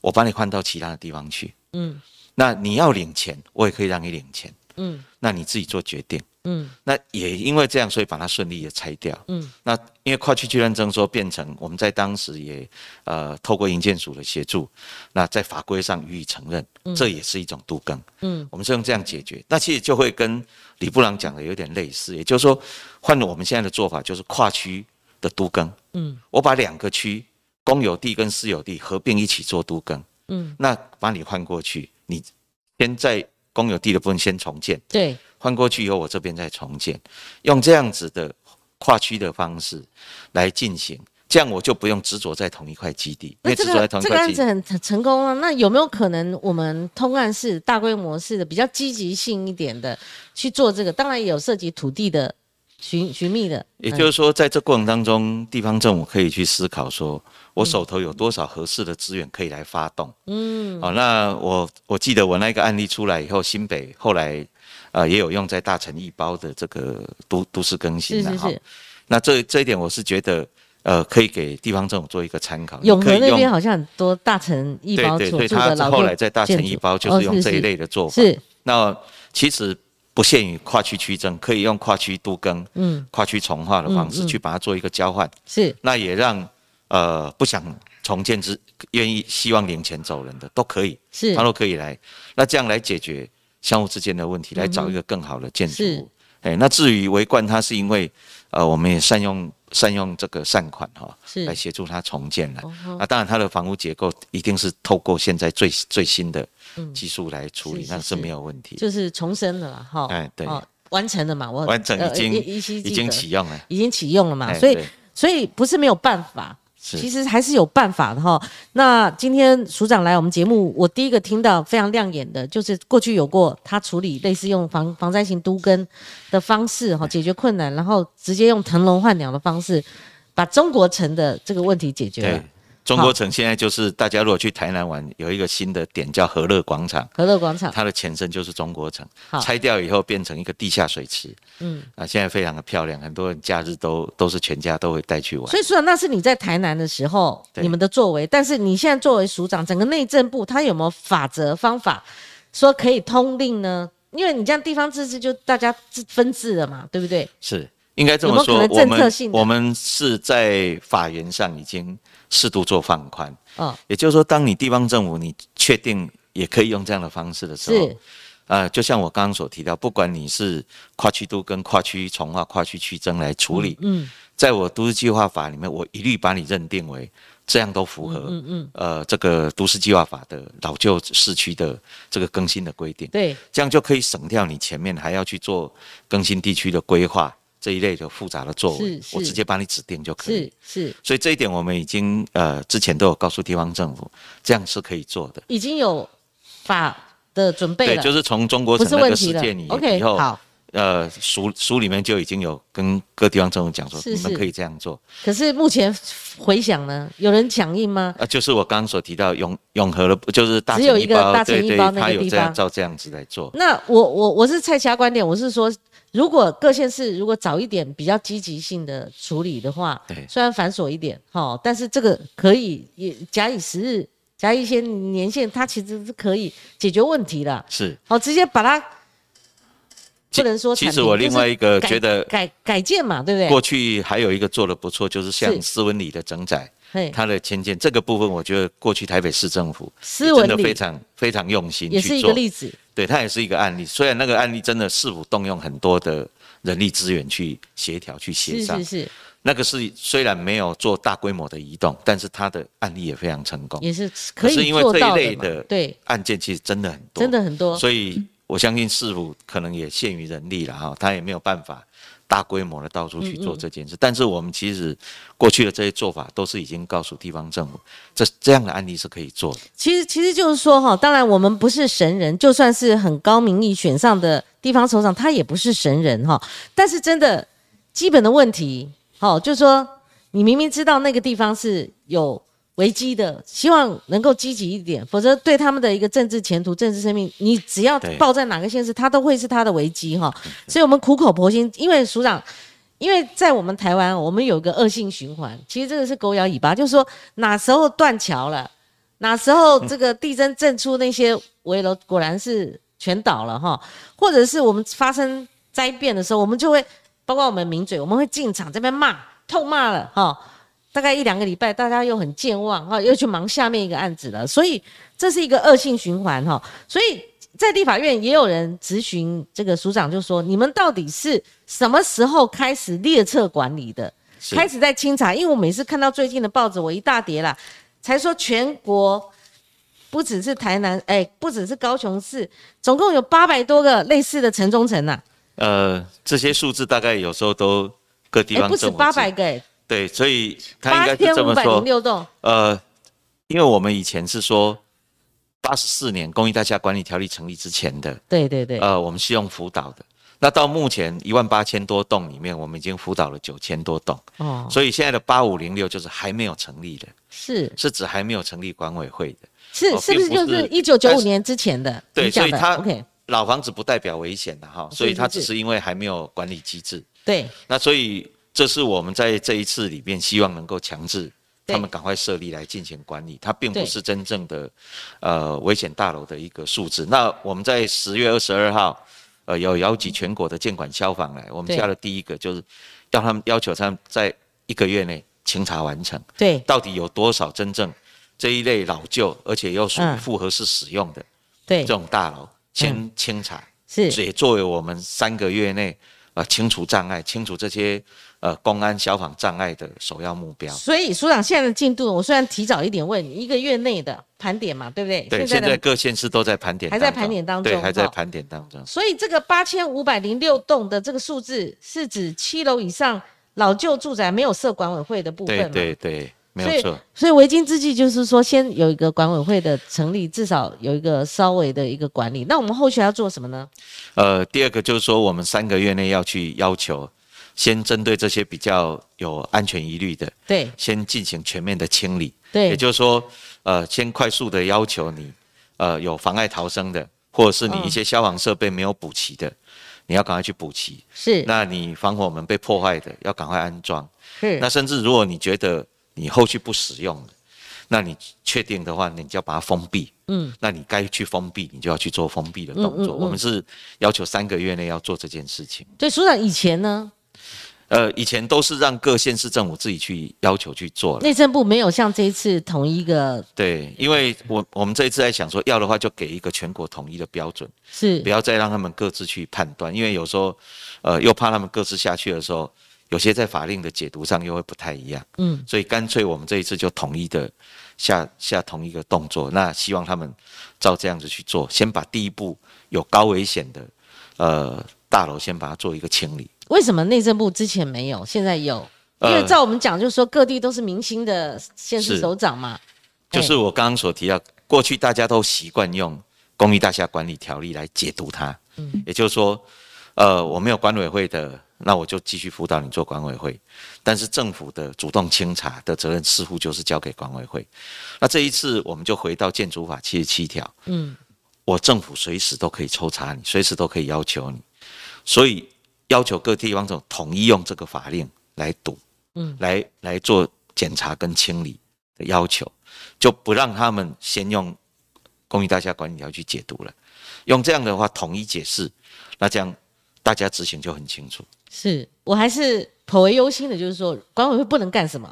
S2: 我把你换到其他的地方去。
S1: 嗯
S2: 那你要领钱，我也可以让你领钱，
S1: 嗯
S2: 那你自己做决定。
S1: 嗯
S2: 那也因为这样，所以把它顺利的拆掉。
S1: 嗯，
S2: 那因为跨区区段征收变成我们在当时也呃透过营建署的协助，那在法规上予以承认，这也是一种度更。
S1: 嗯，
S2: 我们是用这样解决。那其实就会跟李布朗讲的有点类似，也就是说，换了我们现在的做法就是跨区的都更。
S1: 嗯，
S2: 我把两个区公有地跟私有地合并一起做都更。
S1: 嗯，
S2: 那把你换过去，你先在公有地的部分先重建，
S1: 对，
S2: 换过去以后我这边再重建，用这样子的跨区的方式来进行，这样我就不用执着在同一块基地，因
S1: 那
S2: 为
S1: 这
S2: 执着在
S1: 个
S2: 同一
S1: 这个
S2: 块
S1: 案
S2: 基
S1: 子
S2: 地。
S1: 很很成功啊。那有没有可能我们通案式、大规模式的、比较积极性一点的去做这个？当然也有涉及土地的寻寻觅的，
S2: 也
S1: 嗯
S2: 就是说，在这过程当中，地方政府可以去思考说，我手头有多少合适的资源可以来发动。嗯，好、那我我记得我那个案例出来以后，新北后来呃也有用在大城一包的这个都都市更
S1: 是
S2: 新了
S1: 是
S2: 哈。
S1: 是，
S2: 那这这一点我是觉得，呃，可以给地方政府做一个参考。
S1: 永和
S2: 你可以
S1: 那
S2: 用
S1: 边好像很多大成一包
S2: 对
S1: 所
S2: 对对，
S1: 住的
S2: 他
S1: 老
S2: 后
S1: 旧
S2: 来在大
S1: 建
S2: 城一
S1: 筑
S2: 包就是
S1: 哦
S2: 用这一
S1: 是
S2: 类的做法。
S1: 是
S2: 那其实不限于跨区区政，可以用跨区都更、
S1: 嗯
S2: 跨区重化的方
S1: 嗯
S2: 式
S1: 嗯
S2: 去把它做一个交换，
S1: 是
S2: 那也让呃不想重建之愿意希望领钱走人的都可以，
S1: 是
S2: 他都可以来。那这样来解决相互之间的问题，来找一个更好的建筑
S1: 嗯是
S2: 物。哎、那至于围观，它是因为呃，我们也善用善用这个善款哈、来
S1: 是
S2: 协助它重建了。
S1: 哦吼
S2: 那当然，它的房屋结构一定是透过现在最最新的技术来处理，
S1: 嗯是
S2: 那
S1: 是
S2: 是
S1: 是
S2: 没有问题。
S1: 就是重生了啦，哈，
S2: 哎对
S1: 哦，完成了嘛，我
S2: 完成
S1: 呃
S2: 已经
S1: 依依稀
S2: 已
S1: 记
S2: 经
S1: 得
S2: 启用了，
S1: 已经启用了嘛，
S2: 哎
S1: 啊所以
S2: 对
S1: 所以不是没有办法，
S2: 是
S1: 其实还是有办法的哈。那今天署长来我们节目，我第一个听到非常亮眼的，就是过去有过他处理类似用防防灾型都跟的方式哈解决困难，然后直接用腾笼换鸟的方式，把中国城的这个问题解决了
S2: 对。。中国城现在就是大家如果去台南玩，有一个新的点叫和乐广场，
S1: 和乐广场
S2: 它的前身就是中国城
S1: 好，
S2: 拆掉以后变成一个地下水池，嗯，啊，现在非常的漂亮，很多人假日都都是全家都会带去玩
S1: 所。以署长，那是你在台南的时候
S2: 对
S1: 你们的作为，但是你现在作为署长，整个内政部他有没有法则方法说可以通令呢？因为你这样地方自治就大家自分治了嘛，对不对？
S2: 是应该这
S1: 有没
S2: 么
S1: 有
S2: 说，
S1: 可能
S2: 我
S1: 政策
S2: 们
S1: 性的
S2: 我们是在法源上已经适度做放宽，
S1: 嗯，
S2: 也就是说，当你地方政府你确定也可以用这样的方式的时候
S1: 是，
S2: 呃，就像我刚刚所提到，不管你是跨区都跟跨区重划、跨区区征来处理，
S1: 嗯，
S2: 在我都市计划法里面，我一律把你认定为这样都符合，嗯嗯，呃，这个都市计划法的老旧市区的这个更新的规定，
S1: 对，
S2: 这样就可以省掉你前面还要去做更新地区的规划这一类的复杂的作为
S1: 是，是
S2: 我直接帮你指定就可以
S1: 是。是，
S2: 所以这一点我们已经呃之前都有告诉地方政府，这样是可以做的。
S1: 已经有法的准备
S2: 对，
S1: 了，
S2: 就是从中国
S1: 不
S2: 城
S1: 是
S2: 那
S1: 问
S2: 个
S1: 题
S2: 事
S1: 了
S2: 件以。以
S1: OK，
S2: 后，
S1: 好，
S2: 呃，署署里面就已经有跟各地方政府讲说，
S1: 是
S2: 你们
S1: 是
S2: 可以这样做。
S1: 可是目前回想呢，有人响应吗？
S2: 啊，就是我刚刚所提到永永和的，就是大
S1: 只有
S2: 城
S1: 一个
S2: 包，
S1: 大城
S2: 对
S1: 一
S2: 对，
S1: 包那
S2: 他
S1: 个
S2: 有
S1: 地
S2: 这样
S1: 方嗯
S2: 照这样子来做。
S1: 那我我我是蔡其他观点，我是说，如果各县市如果早一点比较积极性的处理的话
S2: 对，
S1: 虽然繁琐一点哈，但是这个可以也假以时日，假以一些年限，它其实是可以解决问题的。
S2: 是，
S1: 好，直接把它
S2: 其
S1: 不能说
S2: 其
S1: 铲
S2: 实
S1: 平
S2: 我
S1: 就是
S2: 另外一个
S1: 改
S2: 觉得，
S1: 改改建嘛，对不对？
S2: 过去还有一个做的不错，就是像
S1: 是
S2: 斯文里的整改，
S1: 嘿，
S2: 它的迁建这个部分，我觉得过去台北市政府
S1: 斯文
S2: 真的非
S1: 里
S2: 常非常用心
S1: 也
S2: 去
S1: 是
S2: 做，
S1: 一个例子，
S2: 对，它也是一个案例。虽然那个案例真的市府动用很多的人力资源去协调、去协
S1: 是
S2: 商，
S1: 是是，
S2: 那个是虽然没有做大规模的移动，但是它的案例也非常成功。
S1: 也是可
S2: 哦可是
S1: 以
S2: 因为
S1: 做
S2: 这一
S1: 到
S2: 类
S1: 嘛
S2: 的
S1: 对，
S2: 案件其实真的很多，
S1: 真的很多，
S2: 所以我相信市府可能也限于人力了哈，他也没有办法大规模的到处去
S1: 嗯
S2: 做这件事。但是我们其实过去的这些做法都是已经告诉地方政府，这这样的案例是可以做的。
S1: 其实，其实就是说哈，当然我们不是神人，就算是很高民意选上的地方首长，他也不是神人哈。但是真的基本的问题，好，就是说你明明知道那个地方是有危机的，希望能够积极一点，否则对他们的一个政治前途、政治生命，你只要
S2: 对
S1: 报在哪个县市，他都会是他的危机哈。所以我们苦口婆心，因为署长。因为在我们台湾，我们有一个恶性循环，其实这个是狗咬尾巴，就是说哪时候断桥了，哪时候这个地震震出那些危楼，果然是全倒了哈，或者是我们发生灾变的时候，我们就会包括我们名嘴，我们会进场这边骂、痛骂了哈。大概一两个礼拜，大家又很健忘哈，又去忙下面一个案子了，所以这是一个恶性循环哈。所以在立法院也有人咨询这个署长，就说你们到底是什么时候开始列册管理的？
S2: 是
S1: 开始在清查，因为我每次看到最近的报纸，我一大叠啦，才说全国不只是台南，哎、不只是高雄市，总共有八百多个类似的城中城呐、啊
S2: 呃，这些数字大概有时候都各地
S1: 哎、
S2: 方
S1: 不止
S2: 政府
S1: 八
S2: 自
S1: 百个、哎，
S2: 对，所以他应
S1: 八
S2: 该
S1: 千
S2: 是这
S1: 五
S2: 么
S1: 百零
S2: 说。
S1: 六栋，
S2: 呃，因为我们以前是说八十四年《公益大厦管理条例》成立之前的，
S1: 对对对，
S2: 呃，我们是用辅导的。那到目前一万八千多栋里面，我们已经辅导了九千多栋，
S1: 哦，
S2: 所以现在的八五零六就是还没有成立的，
S1: 是
S2: 是指还没有成立管委会的。
S1: 是
S2: 哦
S1: 是不是
S2: 并不
S1: 就是是一九九
S2: 但
S1: 五
S2: 是
S1: 年之前的？
S2: 对
S1: 你讲的
S2: 所以它
S1: OK，
S2: 老
S1: 哦
S2: 房子不代表危险的哈，所以它只是因为还没有管理机制。
S1: 对
S2: 那所以这是我们在这一次里面希望能够强制
S1: 对
S2: 他们赶快设立来进行管理，它并
S1: 对
S2: 不是真正的呃危险大楼的一个数字。那我们在十月二十二号，呃，有邀集全国的监管消防来，我们
S1: 对
S2: 下的第一个就是要他们要求他们在一个月内清查完成，
S1: 对
S2: 到底有多少真正这一类老旧而且又属于
S1: 嗯
S2: 复合式使用的
S1: 对嗯
S2: 这，种大楼，先清查。
S1: 是
S2: 也作为我们三个月内呃清除障碍、清除这些呃公安消防障碍的首要目标。
S1: 所以署长现在的进度，我虽然提早一点问你，一个月内的盘点嘛，对不对？
S2: 对，现在各县市都在盘点
S1: 还
S2: 当中，
S1: 在盘点当中
S2: 对，还在
S1: 哈
S2: 盘点当中。
S1: 所以这个八千五百零六栋的这个数字，是指七楼以上老旧住宅没有设管委会的部分
S2: 对
S1: 嘛？
S2: 对对，没
S1: 所以
S2: 有错。
S1: 所以为今之计就是说，先有一个管委会的成立，至少有一个稍微的一个管理。那我们后续要做什么呢？
S2: 呃，第二个就是说，我们三个月内要去要求，先针对这些比较有安全疑虑的，
S1: 对
S2: 先进行全面的清理。也
S1: 对
S2: 就是说，呃，先快速的要求你，呃，有妨碍逃生的，或者是你
S1: 嗯
S2: 一些消防设备没有补齐的，你要赶快去补齐。
S1: 是
S2: 那你防火门被破坏的，要赶快安装。
S1: 是
S2: 那甚至如果你觉得你后续不使用了，那你确定的话，你就要把它封闭。
S1: 嗯，
S2: 那你该去封闭，你就要去做封闭的动
S1: 嗯
S2: 作。
S1: 嗯嗯
S2: 我们是要求三个月内要做这件事情。
S1: 对署长以前呢，
S2: 呃，以前都是让各县市政府自己去要求去做了。
S1: 内政部没有像这一次同一个
S2: 对，因为我我们这一次在想说，要的话就给一个全国统一的标准，
S1: 是
S2: 不要再让他们各自去判断，因为有时候，呃，又怕他们各自下去的时候，有些在法令的解读上又会不太一样。
S1: 嗯
S2: 所以干脆我们这一次就统一的下下同一个动作，那希望他们照这样子去做，先把第一步有高危险的呃大楼先把它做一个清理。
S1: 为什么内政部之前没有，现在有？因
S2: 呃
S1: 为照我们讲，就是说各地都是明星的县市
S2: 是
S1: 首长嘛，
S2: 就是我刚刚所提到，过去大家都习惯用《公益大厦管理条例》来解读它，也就是说，呃，我没有管委会的，那我就继续辅导你做管委会，但是政府的主动清查的责任似乎就是交给管委会。那这一次我们就回到建筑法七十七条，
S1: 嗯，
S2: 我政府随时都可以抽查你，随时都可以要求你，所以要求各地方总统一用这个法令来堵，
S1: 嗯，
S2: 来来做检查跟清理的要求，就不让他们先用《公益大厦管理条例》去解读了，用这样的话统一解释，那这样大家执行就很清楚。
S1: 是我还是颇为忧心的，就是说管委会不能干什么，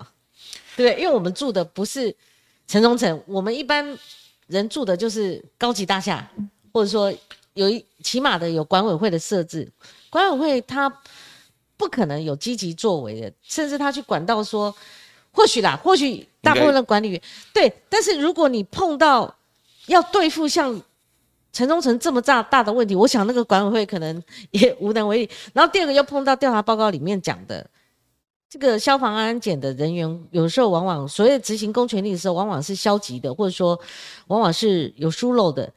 S1: 对不对？因为我们住的不是城中城，我们一般人住的就是高级大厦，或者说有一起码的有管委会的设置，管委会他不可能有积极作为的，甚至他去管到说，或许啦，或许大部分的管理员对，但是如果你碰到要对付像城中城这么大大的问题，我想那个管委会可能也无能为力。然后第二个又碰到调查报告里面讲的，这个消防安检的人员有时候往往所谓的执行公权力的时候，往往是消极的，或者说往往是有疏漏的。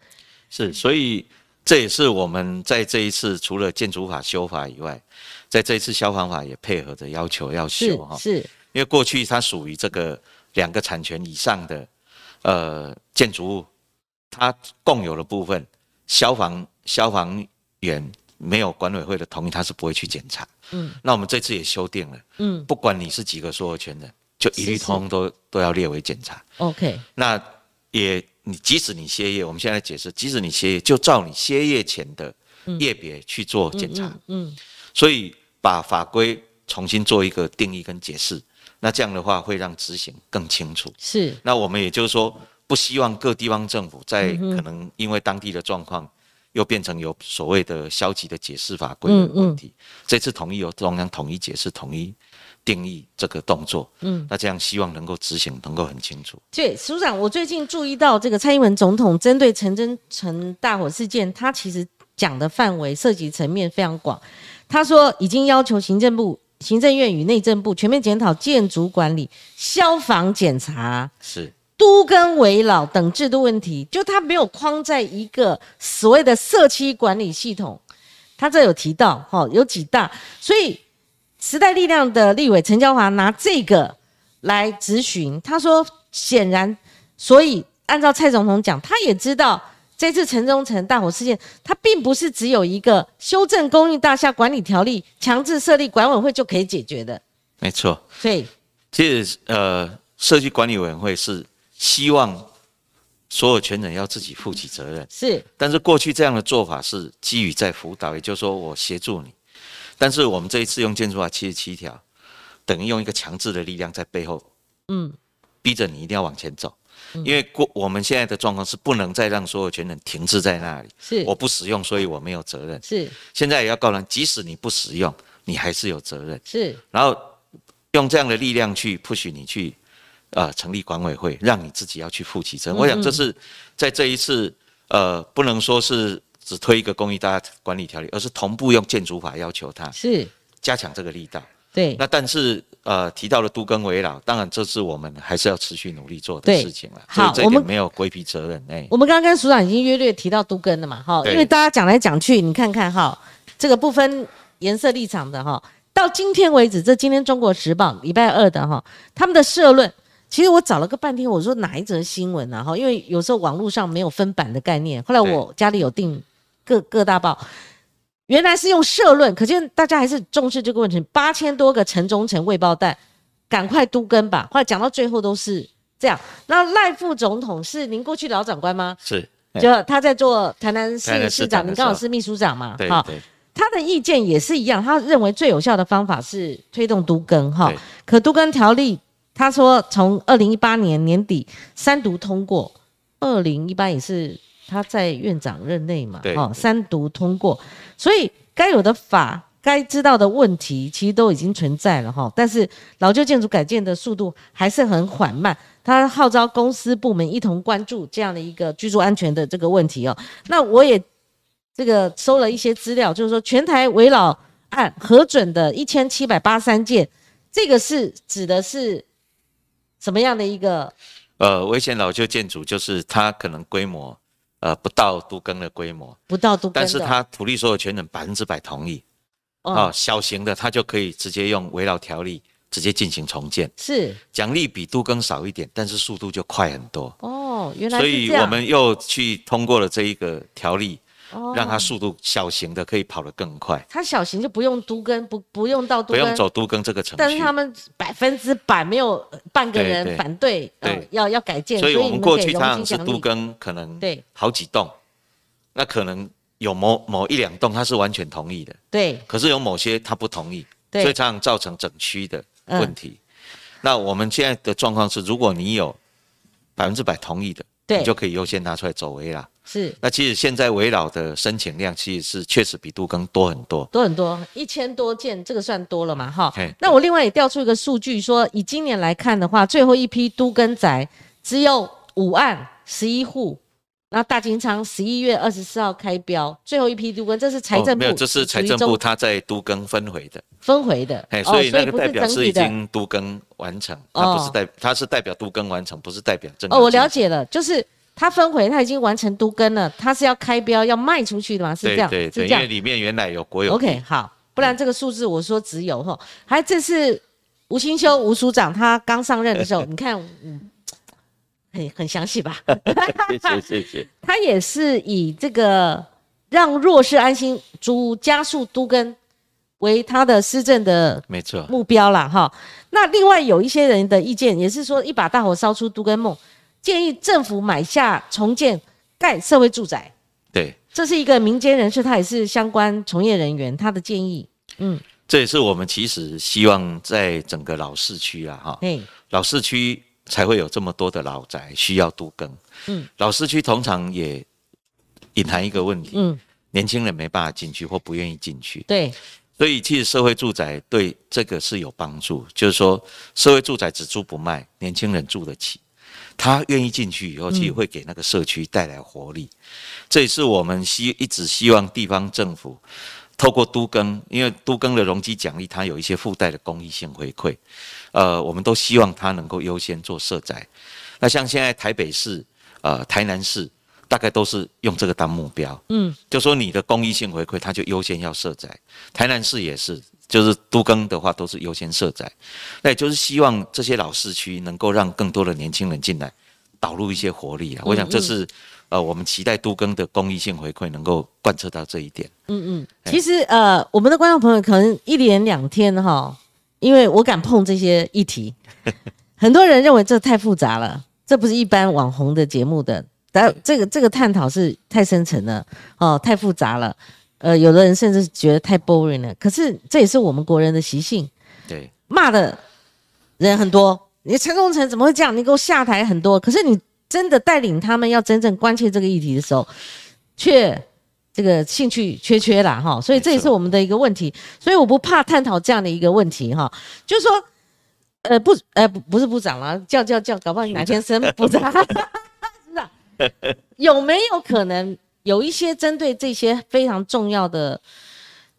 S2: 是，所以这也是我们在这一次除了建筑法修法以外，在这一次消防法也配合着要求要
S1: 是
S2: 修哈。
S1: 是，
S2: 因为过去它属于这个两个产权以上的呃建筑物，它共有的部分，消防消防员没有管委会的同意，他是不会去检查。
S1: 嗯，
S2: 那我们这次也修订了，
S1: 嗯
S2: 不管你是几个所有权人，就一律
S1: 是是
S2: 通通都都要列为检查。
S1: ，OK，
S2: 那也你即使你歇业，我们现在解释，即使你歇业，就照你歇业前的业别去做检查。
S1: 嗯，
S2: 所以把法规重新做一个定义跟解释，那这样的话会让执行更清楚。
S1: 是
S2: 那我们也就是说，不希望各地方政府在可能因为当地的状况，又变成有所谓的消极的解释法规的问题。这次统一由中央统一解释、统一定义这个动作，
S1: 嗯，
S2: 那这样希望能够执行能够很清楚。
S1: 对，署长，我最近注意到这个蔡英文总统针对陈真城大火事件，他其实讲的范围涉及层面非常广。他说已经要求行政部、行政院与内政部全面检讨建筑管理、消防检查、
S2: 是
S1: 都跟围老等制度问题，就他没有框在一个所谓的社区管理系统，他这有提到哈、哦，有几大，所以时代力量的立委陈椒华拿这个来质询，他说显然，所以按照蔡总统讲，他也知道这次城中城大火事件，它并不是只有一个修正公寓大厦管理条例强制设立管委会就可以解决的，
S2: 没错。
S1: 所以
S2: 其实呃，社区管理委员会是希望所有权人要自己负起责任，
S1: 是
S2: 但是过去这样的做法是基于在辅导，也就是说我协助你，但是我们这一次用建筑法七十七条，等于用一个强制的力量在背后
S1: 嗯
S2: 逼着你一定要往前走，因为过我们现在的状况是不能再让所有权人停滞在那里，
S1: 是
S2: 我不使用，所以我没有责任。
S1: 是
S2: 现在也要告人，即使你不使用，你还是有责任。
S1: 是
S2: 然后用这样的力量去不许你去呃成立管委会，让你自己要去负起
S1: 嗯
S2: 责任。我想这是在这一次呃不能说是只推一个公益大家管理条例，而是同步用建筑法要求它
S1: 是，
S2: 加强这个力道。
S1: 对
S2: 那但是呃提到了都更围绕，当然这是我们还是要持续努力做的
S1: 对
S2: 事情了。
S1: 好
S2: 所以
S1: 我
S2: 这一
S1: 们
S2: 点没有规避责任哎。
S1: 我们刚刚跟署长已经约略提到都根了嘛，哈，
S2: 对
S1: 因为大家讲来讲去，你看看哈，这个不分颜色立场的哈，到今天为止，这今天《中国时报》礼拜二的哈，他们的社论，其实我找了个半天，我说哪一则新闻啊？哈，因为有时候网络上没有分版的概念，后来我家里有订各各大报。原来是用社论，可见大家还是重视这个问题。八千多个城中城未爆弹，赶快都跟吧。后来讲到最后都是这样。那赖副总统是您过去老长官吗？
S2: 是，哎
S1: 就他在做台南
S2: 台
S1: 市市
S2: 南市
S1: 长，
S2: 长
S1: 你
S2: 的
S1: 刚好
S2: 时候
S1: 是秘书长嘛，
S2: 对
S1: 哈
S2: 对
S1: 他的意见也是一样，他认为最有效的方法是推动都更哈
S2: 对。
S1: 可都更条例，他说从二零一八年年底三读通过，二零一八也是他在院长任内嘛，哦
S2: 对对
S1: 三读通过，所以该有的法。该知道的问题其实都已经存在了哈，但是老旧建筑改建的速度还是很缓慢。他号召公司部门一同关注这样的一个居住安全的这个问题哦。那我也这个搜了一些资料，就是说全台围绕案核准的一千七百八三件，这个是指的是什么样的一个？
S2: 呃，危险老旧建筑就是它可能规模呃不到都更的规模，
S1: 不到哦都根的，
S2: 但是它土地所有权人百分之百同意啊、
S1: 哦
S2: 小型的它就可以直接用围绕条例直接进行重建，
S1: 是
S2: 奖励比都更少一点，但是速度就快很多。
S1: 哦，原来
S2: 所
S1: 是
S2: 以
S1: 这样，
S2: 我们又去通过了这一个条例，
S1: 哦
S2: 让它速度小型的可以跑得更快，
S1: 它小型就不用都根，不不用到都
S2: 不
S1: 根，
S2: 用走都更这个程
S1: 但是
S2: 序。
S1: 他们百分之百没有呃半个
S2: 对
S1: 人
S2: 对
S1: 反对，呃
S2: 对
S1: 要要改建，
S2: 所以我
S1: 你
S2: 们过
S1: 给
S2: 去
S1: 荣
S2: 常
S1: 金
S2: 常是
S1: 奖
S2: 都
S1: 励
S2: 更，可能
S1: 对
S2: 好几栋，那可能有某某一两栋它是完全同意的，
S1: 对
S2: 可是有某些他不同意，
S1: 对嗯
S2: 所以常常造成整区的问题。那我们现在的状况是，如果你有百分之百同意的，
S1: 对
S2: 你就可以优先拿出来走围绕。
S1: 是
S2: 那其实现在围绕的申请量其实是确实比杜更多很多。
S1: 多很多，一千多件，这个算多了嘛？哈
S2: 嘿。
S1: 那我另外也调出一个数据说，以今年来看的话，最后一批都跟宅只有五案十一户。那大金仓十一月二十四号开标，最后一批都跟，这是财政
S2: 哦
S1: 部属
S2: 没
S1: 于
S2: 有，
S1: 中，
S2: 这是财政部它在都更分回的，
S1: 分回的，
S2: 哎，
S1: 哦
S2: 所以那个
S1: 不
S2: 代
S1: 是
S2: 表
S1: 整
S2: 是
S1: 体
S2: 已
S1: 的。
S2: 经都更完成，
S1: 哦
S2: 它不是代，它是代表都更完成，不是代表政。
S1: 哦，我了。解了，就是他分回，他已经完成都跟了，他是要开标要卖出去的嘛？是这
S2: 对
S1: 样，
S2: 对
S1: 是
S2: 对，
S1: 这
S2: 因
S1: 样
S2: 为。里面原来有国有地
S1: OK，好，不然这个数字我说只有哈，还这次吴清修吴署长他刚上任的时候，你看，嗯，很很详细吧？
S2: 谢谢谢谢。
S1: 他也是以这个让弱势安心租屋加速都跟为他的施政的
S2: 没错，
S1: 目标啦，哈。那另外有一些人的意见也是说，一把大火烧出都跟梦，建议政府买下重建盖社会住宅。
S2: 对。
S1: 这是一个民间人士，他也是相关从业人员，他的建议，
S2: 这也是我们其实希望在整个老市区啊，哈，
S1: 嘿，
S2: 老市区才会有这么多的老宅需要都更。
S1: 嗯，
S2: 老市区通常也隐含一个问题，
S1: 嗯，
S2: 年轻人没办法进去或不愿意进去，
S1: 对，
S2: 所以其实社会住宅对这个是有帮助，就是说社会住宅只租不卖，年轻人住得起。他愿意进去以后，其实会给那个社区带来活力，这也是我们希一直希望地方政府透过都更，因为都更的容积奖励，它有一些附带的公益性回馈，呃，我们都希望它能够优先做社宅。那像现在台北市、呃台南市，大概都是用这个当目标，
S1: 嗯，
S2: 就说你的公益性回馈，它就优先要社宅。台南市也是，就是都更的话都是优先社宅，那也就是希望这些老市区能够让更多的年轻人进来，导入一些活
S1: 嗯
S2: 力啊。我想这是呃我们期待都更的公益性回馈能够贯彻到这一点。
S1: 其实呃，我们的观众朋友可能一连两天哈，因为我敢碰这些议题。很多人认为这太复杂了，这不是一般网红的节目的，但这个这个探讨是太深层了，哦，太复杂了。呃，有的人甚至觉得太 boring 了。可是这也是我们国人的习性，
S2: 对，
S1: 骂的人很多。你陈忠诚怎么会这样？你给我下台很多。可是你真的带领他们要真正关切这个议题的时候，却这个兴趣缺缺啦哈。所以这也
S2: 没
S1: 是
S2: 错
S1: 我们的一个问题。所以我不怕探讨这样的一个问题哈，就是说，呃，不，呃，不不是部长啦，叫叫叫，搞不好你哪天升部长， (laughs) 是啊，有没有可能有一些针对这些非常重要的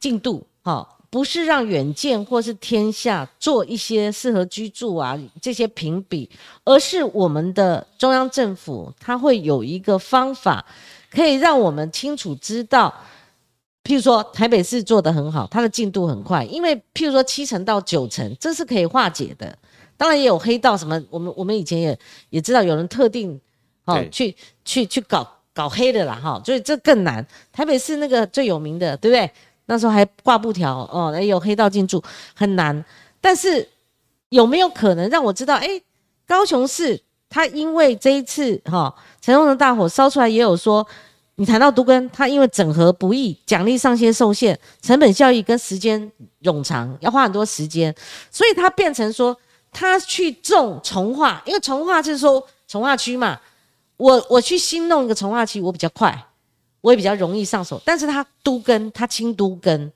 S1: 进度，哈、不是让远见或是天下做一些适合居住啊这些评比，而是我们的中央政府它会有一个方法，可以让我们清楚知道。譬如说，台北市做得很好，它的进度很快，因为譬如说七成到九成，这是可以化解的。当然也有黑道什么，我们我们以前也也知道有人特定哦
S2: 对
S1: 去去去搞搞黑的啦哈，所以这更难。台北市那个最有名的，对不对？那时候还挂布条哦，哎有黑道进驻很难。但是有没有可能让我知道？哎，高雄市它因为这一次哈、陈荣的大火烧出来，也有说你谈到都跟它因为整合不易，奖励上限受限，成本效益跟时间冗长，要花很多时间，所以它变成说它去种从化，因为从化就是说从化区嘛，我我去新弄一个从化区，我比较快，我也比较容易上手，但是它都跟它轻都跟。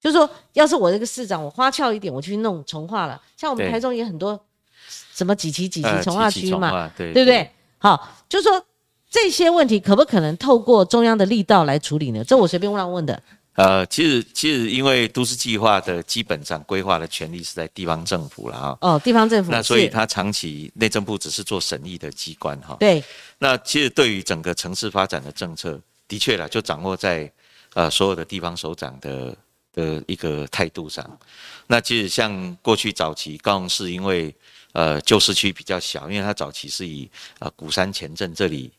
S1: 就是说，要是我这个市长，我花俏一点，我去弄从化了。像我们
S2: 对
S1: 台中也很多什么几期几期
S2: 呃
S1: 从化
S2: 集体
S1: 区
S2: 重
S1: 嘛，
S2: 划对
S1: 对不对？好，就说这些问题可不可能透过中央的力道来处理呢？这我随便乱问的。
S2: 呃，其实其实因为都市计划的基本上规划的权利是在地方政府了哈、
S1: 哦，地方政府
S2: 那所以
S1: 是
S2: 它长期内政部只是做审议的机关哈、
S1: 对
S2: 那其实对于整个城市发展的政策，的确啦，就掌握在呃所有的地方首长的的一个态度上。那其实像过去早期高雄市，因为呃旧市区比较小，因为它早期是以呃鼓山前镇这里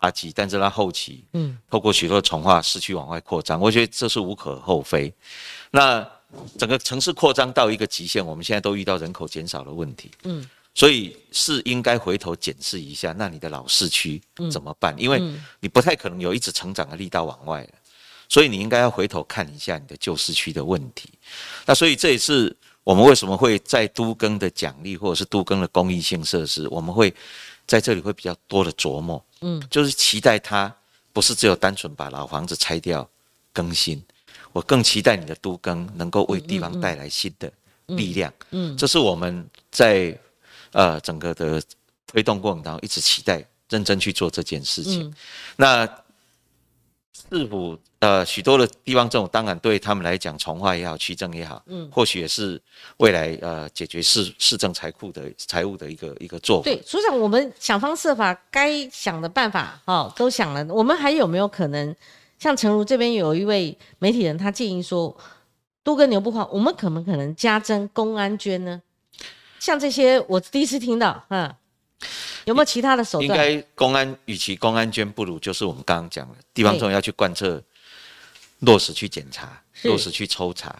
S2: 发起，但是它后期
S1: 嗯
S2: 嗯透过许多重化市区往外扩张，我觉得这是无可厚非。那整个城市扩张到一个极限，我们现在都遇到人口减少的问题。
S1: 嗯
S2: 嗯，所以是应该回头检视一下，那你的老市区怎么办？因为你不太可能有一直成长的力道往外了，所以你应该要回头看一下你的旧市区的问题。那所以这也是我们为什么会在都更的奖励或者是都更的公益性设施，我们会在这里会比较多的琢磨。嗯，就是期待它不是只有单纯把老房子拆掉更新，我更期待你的都更能够为地方带来新的力量。嗯，这是我们在呃整个的推动过程当中一直期待认真去做这件事情。
S1: 嗯
S2: 那市府呃许多的地方政府，当然对他们来讲，从化也好，区政也好，嗯，或许也是未来呃解决市市政财库的财务的一个一个做法。
S1: 对，所长，我们想方设法，该想的办法哦都想了。我们还有没有可能，像诚如这边有一位媒体人，他建议说，都跟牛不换，我们可不可能加征公安捐呢？像这些我第一次听到，嗯，有没有其他的手
S2: 应
S1: 段？
S2: 该公安，与其公安捐，不如就是我们刚刚讲的，地方政府要去贯彻，落实去检查，
S1: 是
S2: 落实去抽查，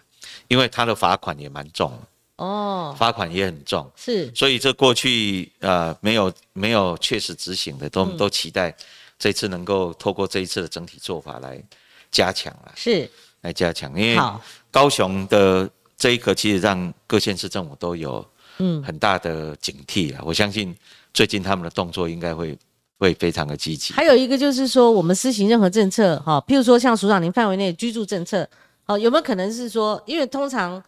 S2: 因为他的罚款也蛮重，
S1: 哦，
S2: 罚款也很重，
S1: 是
S2: 所以这过去呃没有没有确实执行的，
S1: 嗯
S2: 都、我们都期待这次能够透过这一次的整体做法来加强啊，
S1: 是，
S2: 来加强，因为
S1: 好，
S2: 高雄的这一刻，其实让各县市政府都有
S1: 嗯
S2: 很大的警惕啊，我相信最近他们的动作应该会会非常的积极。
S1: 还有一个就是说，我们施行任何政策，哈、譬如说像署长您范围内居住政策，好、有没有可能是说，因为通常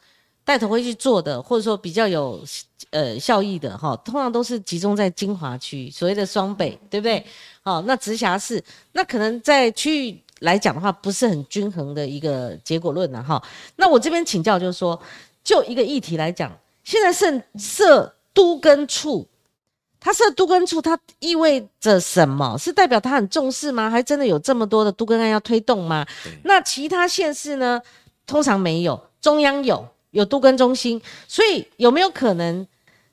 S1: 带头会去做的，或者说比较有呃效益的，哈、通常都是集中在金华区，所谓的双北，对不对？好、那直辖市，那可能在区域来讲的话，不是很均衡的一个结果论了、啊哈、那我这边请教就是说，就一个议题来讲，现在设设都跟处它设都根处，它意味着什么？是代表它很重视吗？还真的有这么多的都根案要推动吗？那其他县市呢？通常没有，中央有有都根中心，所以有没有可能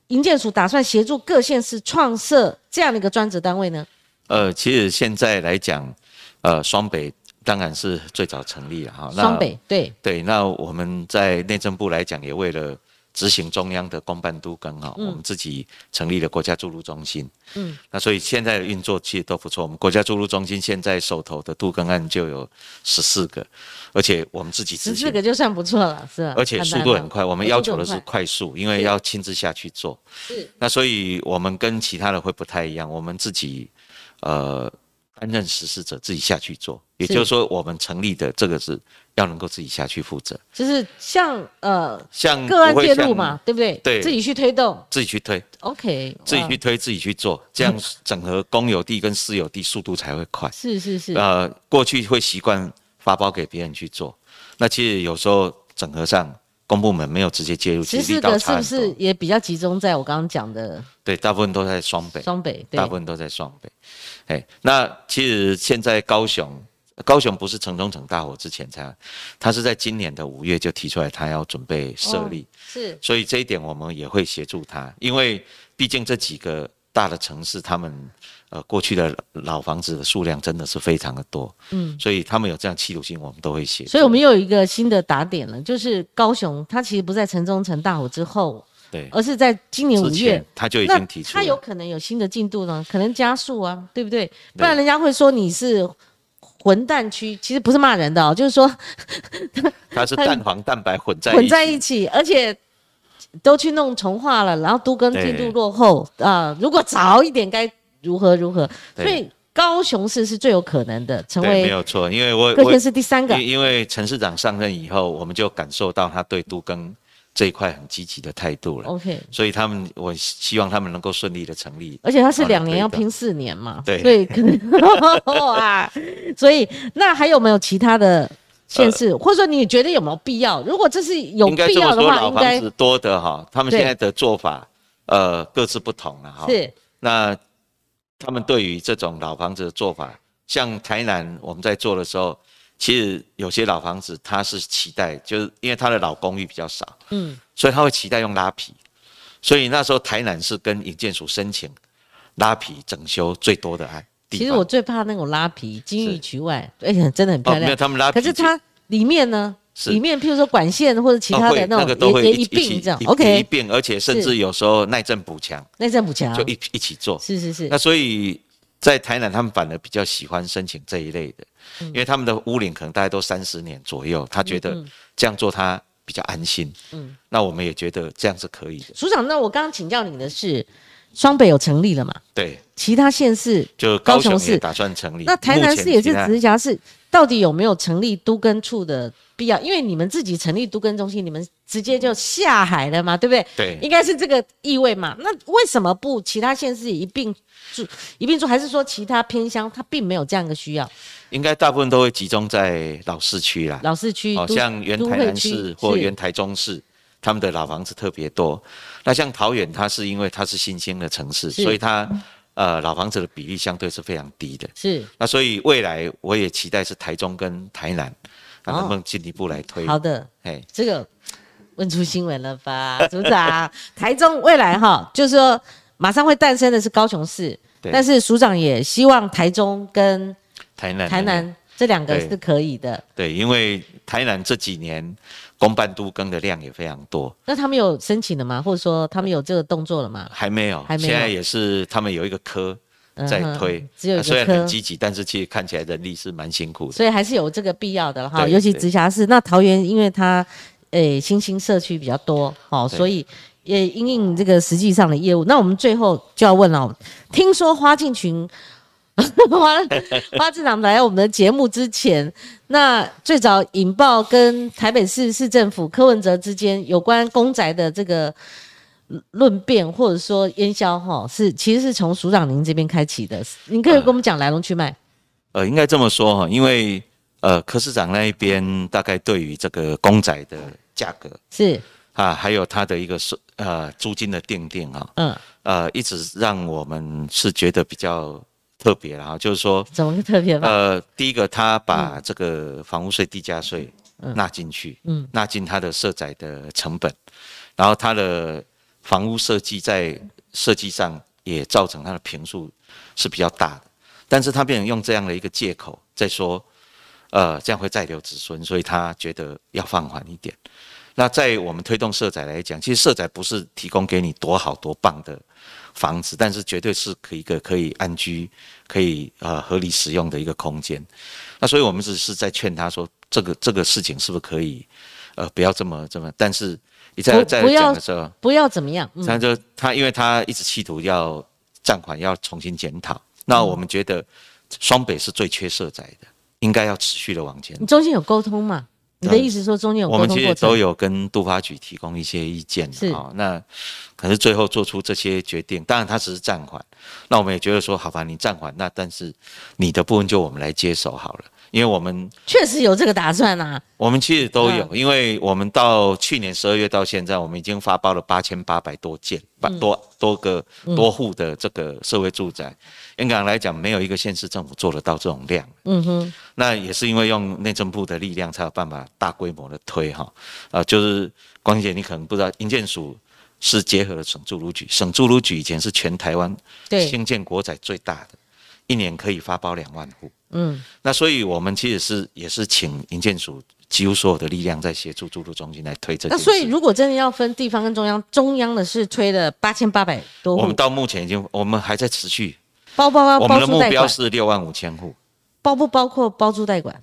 S1: 营建署打算协助各县市创设这样的一个专职单位呢？
S2: 呃，其实现在来讲，呃，双北当然是最早成立了哈。那
S1: 双北对
S2: 对，那我们在内政部来讲，也为了执行中央的公办都更哈，我们自己成立了国家注入中心，
S1: 嗯，
S2: 那所以现在的运作其实都不错。我们国家注入中心现在手头的都更案就有十四个，而且我们自己
S1: 十
S2: 执行
S1: 四个嗯就算不错了，是吧？
S2: 而且速度很快，我们要求的是
S1: 速度很
S2: 快速，因为要亲自下去做。
S1: 是
S2: 那所以我们跟其他的会不太一样，我们自己呃担任实施者，自己下去做。也
S1: 是
S2: 就是说，我们成立的这个是要能够自己下去负责，
S1: 就是像呃
S2: 像
S1: 个案
S2: 嗯不会
S1: 介入
S2: 像
S1: 嘛，，对不对？
S2: 对
S1: 自己去推动
S2: 自己去推，
S1: ，OK，
S2: 自己
S1: 哇
S2: 去推，自己去做，这
S1: (laughs)
S2: 样整合公有地跟私有地速度才会快。
S1: 是是是，
S2: 呃，过去会习惯发包给别人去做，那其实有时候整合上公部门没有直接介入，其
S1: 十
S2: 实力
S1: 四
S2: 道
S1: 个是
S2: 差
S1: 不
S2: 很多。
S1: 是也比较集中在我刚刚讲的
S2: 对，大部分都在双北。
S1: 双北？对
S2: 大，部分都在双北。哎，那其实现在高雄，高雄不是城中城大火之前才，他是在今年的五月就提出来，他要准备
S1: 哦
S2: 设立，
S1: 是
S2: 所以这一点我们也会协助他，因为毕竟这几个大的城市，他们呃过去的老房子的数量真的是非常的多，嗯，所以他们有这样企图心，我们都会协助。
S1: 所以我们又有一个新的打点了，就是高雄，它其实不在城中城大火之后，
S2: 对
S1: 而是在今年五
S2: 之
S1: 月
S2: 前。他就已
S1: 那
S2: 经提出
S1: 它
S2: 了，
S1: 有可能有新的进度呢，可能加速啊，对不对？不然人家会说你是混蛋区，其实不是骂人的哦，就是说
S2: 他是蛋黄蛋白混在
S1: 混在
S2: 一
S1: 一
S2: 起，
S1: 起，而且都去弄重化了，然后都跟进
S2: 对
S1: 度落后啊、如果早一点该如何如何，所
S2: 对
S1: 以高雄市是最有可能的成
S2: 对，没
S1: 为
S2: 有错，因为我
S1: 各
S2: 我
S1: 县市第三个
S2: 因。因为陈市长上任以后，我们就感受到他对都更这一块很积极的态度了，
S1: OK，
S2: 所以他们我希望他们能够顺利的成立。
S1: 而且它是
S2: 好的
S1: 两年
S2: 对
S1: 要
S2: 的
S1: 拼四年嘛，
S2: 啊对
S1: 所以可
S2: (laughs)
S1: 能哇，所以那还有没有其他的县
S2: 呃
S1: 市，或者说你觉得有没有必要？如果这是有
S2: 应该
S1: 必
S2: 这
S1: 要
S2: 么
S1: 的
S2: 说，
S1: 话，
S2: 老
S1: 应该
S2: 房子多的哈，他们
S1: 对
S2: 现在的做法呃各自不同了哈。
S1: 是
S2: 那他们对于这种老房子的做法，像台南我们在做的时候，其实有些老房子它是期待，就是因为它的老公寓比较少，
S1: 嗯，
S2: 所以他会期待用拉皮。所以那时候台南是跟营建署申请拉皮整修最多的案地
S1: 其
S2: 方。
S1: 实我最怕那种拉皮，金玉其外，而且真的很漂
S2: 哦，没有
S1: 亮。
S2: 他们拉皮
S1: 可
S2: 就，
S1: 是它里面呢，
S2: 是
S1: 里面譬如说管线或者其
S2: 哦
S1: 他
S2: 会
S1: 的
S2: 那个都
S1: 种
S2: 会
S1: 也也
S2: 一
S1: 一
S2: 起一
S1: 并这样
S2: 起一
S1: ，OK，
S2: 并，而且甚
S1: 是
S2: 至有时候耐震补强
S1: 内政补强
S2: 就，一一起做。
S1: 啊是是是
S2: 那，所以在台南，他们反而比较喜欢申请这一类的，
S1: 嗯
S2: 因为他们的屋龄可能大概都三十年左右，他觉
S1: 嗯
S2: 得这样做他比较安心。嗯，那我们也觉得这样是可以的。
S1: 署长，那我刚刚请教你的是，双北有成立了嘛？
S2: 对，
S1: 其他县市
S2: 就
S1: 高
S2: 高
S1: 雄
S2: 雄
S1: 市
S2: 也打算成立，
S1: 那台南市也是
S2: 目前其他
S1: 直辖市，到底有没有成立都根处的必要？因为你们自己成立都根中心，你们直接就下海了嘛，对不对？
S2: 对
S1: 应该是这个意味嘛。那为什么不其他县市也一并住一并住，还是说其他偏乡它并没有这样的需要？
S2: 应该大部分都会集中在老市区啦，
S1: 老市区、
S2: 好、
S1: 都
S2: 哦像原
S1: 都
S2: 台
S1: 会
S2: 南
S1: 区
S2: 市或
S1: 是
S2: 原台中市，他们的老房子特别多。那像桃园，它是因为它是新兴的城市，
S1: 是
S2: 所以它呃老房子的比例相对是非常低的。
S1: 是
S2: 那所以未来我也期待是台中跟台南，那
S1: 哦
S2: 能不能进一步来推？
S1: 好的，
S2: 哎，
S1: 这个问出新闻了吧， (laughs) 组长？台中未来哈，就是说马上会诞生的是高雄市，
S2: 对
S1: 但是署长也希望台中跟
S2: 台南，
S1: 台南这两个
S2: 对
S1: 是可以的。
S2: 对，因为台南这几年公办都更的量也非常多，
S1: 那他们有申请了吗？或者说他们有这个动作了吗？
S2: 还没有，
S1: 还没有
S2: 现在也是他们有一个科
S1: 嗯哼
S2: 在推，
S1: 只有一
S2: 啊虽
S1: 个
S2: 然很
S1: 科，
S2: 积极，但是其实看起来人力是蛮辛苦的。
S1: 所以还是有这个必要的哈。
S2: 对
S1: 尤其
S2: 对
S1: 直辖市，那桃园因为它诶新兴社区比较多，好，
S2: 对
S1: 所以也 (laughs) 因应这个实际上的业务。那我们最后就要问了，听说花进群。花花市长来我们的节目之前，那最早引爆跟台北市市政府柯文哲之间有关公宅的这个论辩或者说烟消哈，是其实是从署长您这边开启的。您可以跟我们讲来龙去脉。
S2: 呃，应该这么说哈，因为呃柯市长那一边大概对于这个公仔的价格
S1: 是，
S2: 啊，还有它的一个是呃租金的定定啊，
S1: 嗯，
S2: 呃，一直让我们是觉得比较特别啦，就是说，
S1: 怎么个特别法？
S2: 呃，第一个他把这个房屋税、地价税纳进去，
S1: 嗯
S2: 纳进他的设宅的成本，然后他的房屋设计在设计上也造成它的平数是比较大的，但是他变成用这样的一个借口在说，呃，这样会再留子孙，所以他觉得要放缓一点。那在我们推动社宅来讲，其实社宅不是提供给你多好多棒的房子，但是绝对是可一个可以安居、可以呃合理使用的一个空间。那所以我们只是在劝他说，这个这个事情是不是可以呃不要这么这么，但是你在
S1: 不
S2: 在
S1: 不要
S2: 讲的时候。
S1: 不要怎么样，嗯
S2: 他就他，因为他一直企图要暂缓，要重新检讨。那我们觉得双北是最缺社宅的，应该要持续的往前
S1: 你。中间有沟通嘛？你的意思说中间有
S2: 我
S1: 呃沟
S2: 们
S1: 通
S2: 其
S1: 过
S2: 实都
S1: 程？
S2: 有跟都发局提供一些意见
S1: 是
S2: 啊、哦。那可是最后做出这些决定，当然他只是暂缓。那我们也觉得说，好吧，你暂缓，那但是你的部分就我们来接手好了，因为我们
S1: 确实有这个打算啊，
S2: 我们其实都有，
S1: 嗯
S2: 因为我们到去年十二月到现在，我们已经发包了八千八百多件，八
S1: 嗯
S2: 多多个多户的这个社会住宅。严格来讲，没有一个县市政府做得到这种量。
S1: 嗯哼，
S2: 那也是因为用内政部的力量才有办法大规模的推哈。啊、就是光姐，你可能不知道，营建署是结合了省住卢局，省住卢局以前是全台湾
S1: 对，
S2: 新建国宅最大的，一年可以发包两万户。
S1: 嗯，
S2: 那所以我们其实是也是请营建署几乎所有的力量在协助住宿中心来推这
S1: 那
S2: 件
S1: 所以
S2: 事。
S1: 如果真的要分地方跟中央，中央的是推了八千八百多
S2: 我
S1: 户
S2: 们，到目前已经，我们还在持续，
S1: 包不包
S2: 我
S1: 包
S2: 们的目
S1: 租贷
S2: 标
S1: 款，
S2: 是六万五千户，
S1: 包不包括包租贷款？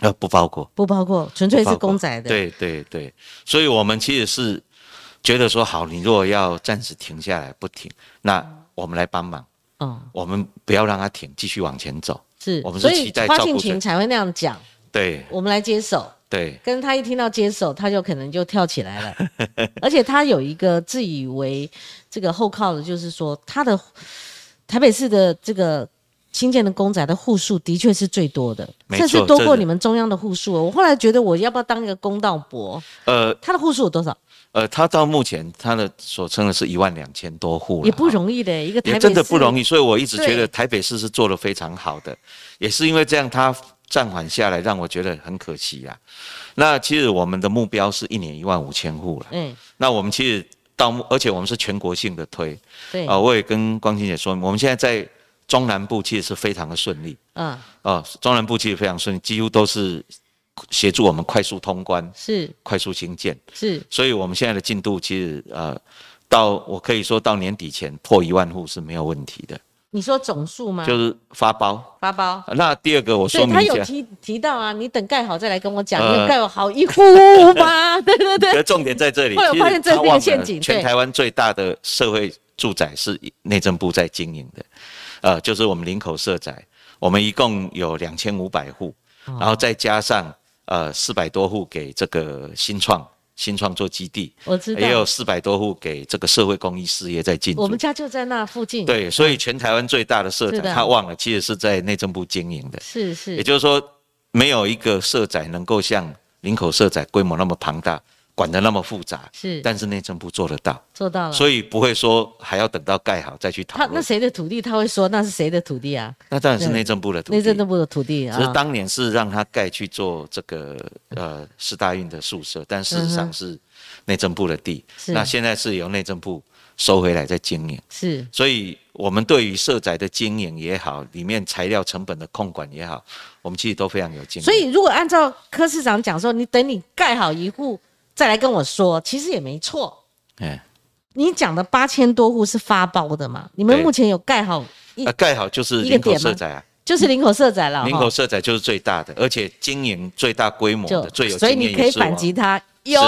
S2: 呃，不包括，
S1: 不包括，纯粹
S2: 不包
S1: 是
S2: 括
S1: 公仔的。，
S2: 对对对，所以我们其实是觉得说，好，你如果要暂时停下来不停，那我们来帮忙，
S1: 哦，
S2: 我们不要让它停，继续往前走。
S1: 是
S2: 我，们是
S1: 所以
S2: 期待
S1: 花
S2: 照
S1: 庆
S2: 顾
S1: 群
S2: 者
S1: 才会那样讲，
S2: 对
S1: 我们来接手。
S2: 对，
S1: 跟他一听到接手，他就可能就跳起来
S2: (laughs)
S1: 了。而且他有一个自以为这个后靠的，就是说他的台北市的这个新建的公宅的户数的确是最多的，
S2: 没
S1: 甚
S2: 错
S1: 至多
S2: 这
S1: 过
S2: 是
S1: 你们中央的户数哦。我后来觉得我要不要当一个公道伯？
S2: 呃
S1: 他的户数有多少？
S2: 呃，他到目前他的所称的是一万两千多户了，
S1: 也不
S2: 哈
S1: 容易的，一个台
S2: 也
S1: 北
S2: 真的不容
S1: 易。
S2: 易，所以我一直觉
S1: 对
S2: 得台北市是做得非常好的，也是因为这样它暂缓下来，让我觉得很可惜啊。那其实我们的目标是一年一万五千户了，
S1: 嗯，
S2: 那我们其实到目，而且我们是全国性的推
S1: 对，
S2: 啊、呃我也跟光晴姐说，我们现在在中南部其实是非常的顺利
S1: 嗯，
S2: 啊、呃中南部其实非常顺利，几乎都是协助我们快速通关、
S1: 是
S2: 快速兴建。
S1: 是，
S2: 所以我们现在的进度其实呃，到我可以说到年底前破一万户是没有问题的，
S1: 你说总数吗？
S2: 就是发包。
S1: 发包。
S2: 那第二个
S1: 嗯
S2: 我
S1: 对
S2: 说明
S1: 他
S2: 一
S1: 有
S2: 下，
S1: 提提到啊，你等盖好再来跟我讲，
S2: 呃
S1: 你盖好一户吧， (laughs) 对对对
S2: (laughs) 可，是重点在这里。
S1: 后来我
S2: 其实
S1: 发现这是
S2: 他
S1: 一个
S2: 忘了
S1: 陷阱对
S2: 全台湾最大的社会住宅是内政部在经营的，呃，就是我们林口社宅，我们一共有两千五百户，
S1: 哦
S2: 然后再加上呃四百多户给这个新创新创做基地，
S1: 我知道，
S2: 也有四百多户给这个社会公益事业在进驻。
S1: 我们家就在那附近。，
S2: 对，所以全台湾最大的社
S1: 是
S2: 宅，
S1: 的
S2: 他忘了，其实是在内政部经营的。
S1: 是
S2: 也
S1: 是，
S2: 就是说，没有一个社宅能够像林口社宅规模那么庞大，管得那么复杂。
S1: 是
S2: 但是内政部做得到，
S1: 做到了。
S2: 所以不会说还要等到盖好再去讨
S1: 他那
S2: 论。
S1: 谁的土地，他会说那是谁的土地啊？
S2: 那当然是
S1: 对
S2: 内政部的土地。
S1: 内政部的土地
S2: 只是
S1: 啊。
S2: 当年是让他盖去做这个呃四大运的宿舍，但事实
S1: 嗯
S2: 上是内政部的地。
S1: 是
S2: 那现在是由内政部收回来再经营。
S1: 是
S2: 所以我们对于社宅的经营也好，里面材料成本的控管也好，我们其实都非常有经验。
S1: 所以如果按照柯市长讲说，你等你盖好一户再来跟我说，其实也没错。
S2: 哎，
S1: 你讲的八千多户是发包的嘛？你们
S2: 对
S1: 目前有盖好一
S2: 那、，啊盖好就是
S1: 一个点
S2: 林口
S1: 吗哦
S2: 社宅啊，
S1: 就是林口社宅了哈。
S2: 林口社宅就是最大的，而且经营最大规模
S1: 就
S2: 的，最有
S1: 所以
S2: 经
S1: 你
S2: 验
S1: 可以
S2: 也是
S1: 反击
S2: 我。
S1: 他，有，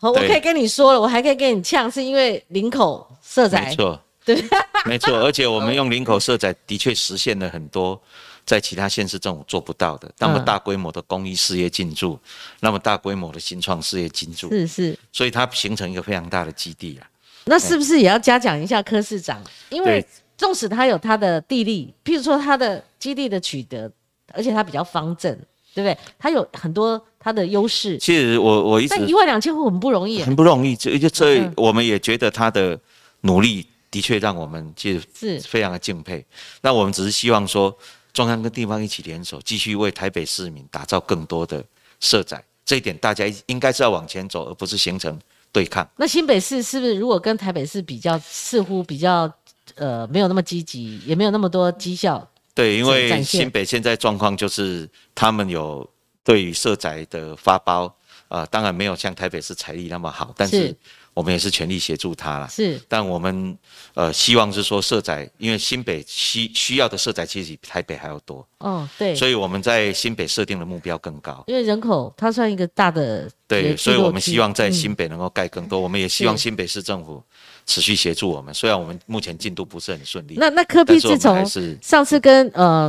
S1: 我可以
S2: 对
S1: 跟你说了，我还可以跟你呛，是因为林口社
S2: 没
S1: 宅
S2: 错，
S1: 对，
S2: (laughs) 没错，而且我们用林口社宅的确实现了很多。在其他县市政府做不到的，那么
S1: 嗯
S2: 大规模的公益事业进驻，那么大规模的新创事业进驻，
S1: 是是。
S2: 所以它形成一个非常大的基地啊。
S1: 那是不是也要嘉奖一下柯市长？因为
S2: 对
S1: 纵使他有他的地利，譬如说他的基地的取得，而且他比较方正，对不对？他有很多他的优势，
S2: 其实我我一直
S1: 但一万两千户很不容易耶，
S2: 很不容易，这就所以
S1: 嗯
S2: 我们也觉得他的努力的确让我们其实
S1: 是
S2: 非常的敬佩。那我们只是希望说，中央跟地方一起联手，继续为台北市民打造更多的社宅，这一点大家应该是要往前走，而不是形成对抗。
S1: 那新北市是不是如果跟台北市比较，似乎比较呃没有那么积极，也没有那么多绩效？
S2: 对，因
S1: 展展
S2: 为
S1: 现
S2: 新北现在状况就是他们有对于社宅的发包，啊、当然没有像台北市财力那么好，但是
S1: 是
S2: 我们也是全力协助他啦。
S1: 是
S2: 但我们呃希望是说社宅，因为新北需需要的社宅其实比台北还要多，
S1: 哦，对，
S2: 所以我们在新北设定的目标更高。
S1: 因为人口它算一个大的
S2: 对，所以我们希望在
S1: 新
S2: 新北能够盖更多，我们也希
S1: 嗯
S2: 望
S1: 是
S2: 新北市政府持续协助我们。虽然我们目前进度不是很顺利，
S1: 那那科比
S2: 但
S1: 自
S2: 是我们
S1: 从
S2: 还是
S1: 上次跟呃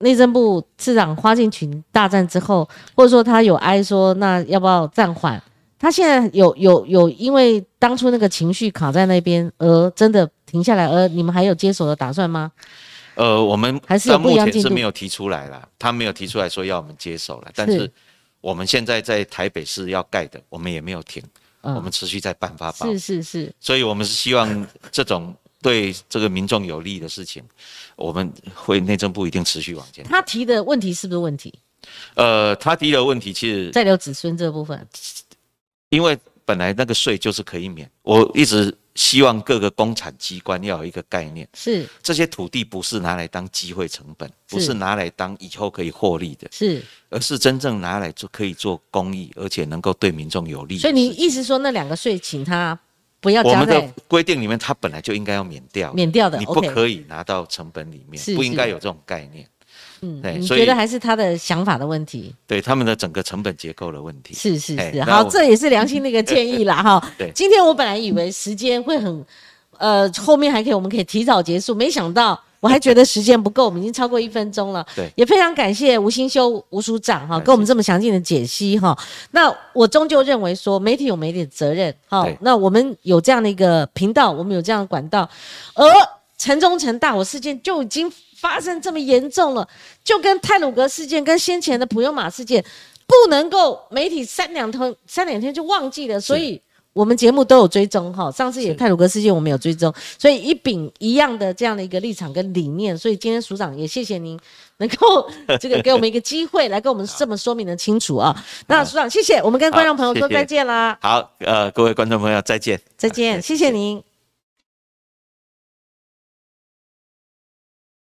S1: 内政部次长花敬群大战之后，或者说他有哀说那要不要暂缓，他现在有有有因为当初那个情绪卡在那边，而真的停下来，而你们还有接手的打算吗？
S2: 呃，我们
S1: 还是有
S2: 到
S1: 不一
S2: 目
S1: 样
S2: 前
S1: 进
S2: 是
S1: 度
S2: 没有提出来啦，他没有提出来说要我们接手了，但是我们现在在台北市要盖的，我们也没有停，
S1: 嗯
S2: 我们持续在办发包，
S1: 是是是，
S2: 所以我们是希望这种对这个民众有利的事情，我们会内政部一定持续往前。
S1: 他提的问题是不是问题？
S2: 呃，他第一个问题其实
S1: 在留子孙这部分，
S2: 因为本来那个税就是可以免，我一直希望各个公产机关要有一个概念，
S1: 是
S2: 这些土地不是拿来当机会成本，不
S1: 是
S2: 是拿来当以后可以获利的，
S1: 是，
S2: 而是真正拿来做可以做公益，而且能够对民众有利的事。
S1: 所以你意思说那两个税，请他不要
S2: 我
S1: 加
S2: 们的
S1: 在
S2: 规定里面，它本来就应该要免掉，
S1: 免掉的
S2: 你不
S1: ，OK？
S2: 可以拿到成本里面
S1: 是，
S2: 不应该
S1: 是
S2: 有这种概念。对
S1: 嗯，你
S2: 所以
S1: 觉得还是他的想法的问题？
S2: 对他们的整个成本结构的问题。
S1: 是是
S2: 哎
S1: 是，
S2: 那
S1: 好，
S2: 我
S1: 这也是良心的一个建议
S2: (laughs)
S1: 啦哈
S2: 对。
S1: 今天我本来以为时间会很，呃，后面还可以我们可以提早结束，没想到我还觉得时间不够，我们已经超过一分钟了。
S2: 对
S1: 也非常感谢吴新修吴署长哈，
S2: 感谢
S1: 跟我们这么详尽的解析哈。那我终究认为说，媒体有媒体的责任哈
S2: 对。
S1: 那我们有这样的一个频道，我们有这样的管道，而城中城大火事件就已经发生这么严重了，就跟泰鲁格事件、跟先前的普悠玛事件，不能够媒体三两天三两天就忘记了，所以。我们节目都有追踪哈，上次也
S2: 是
S1: 泰鲁格事件我们有追踪，所以一秉一样的这样的一个立场跟理念，所以今天署长也谢谢您能够 (laughs) 这个给我们一个机会来跟我们这么说明的清楚啊。那署长谢谢，我们跟观众朋友
S2: 好
S1: 说
S2: 谢谢
S1: 再见啦，
S2: 好，呃，各位观众朋友，再见。
S1: 哎再见，谢谢您。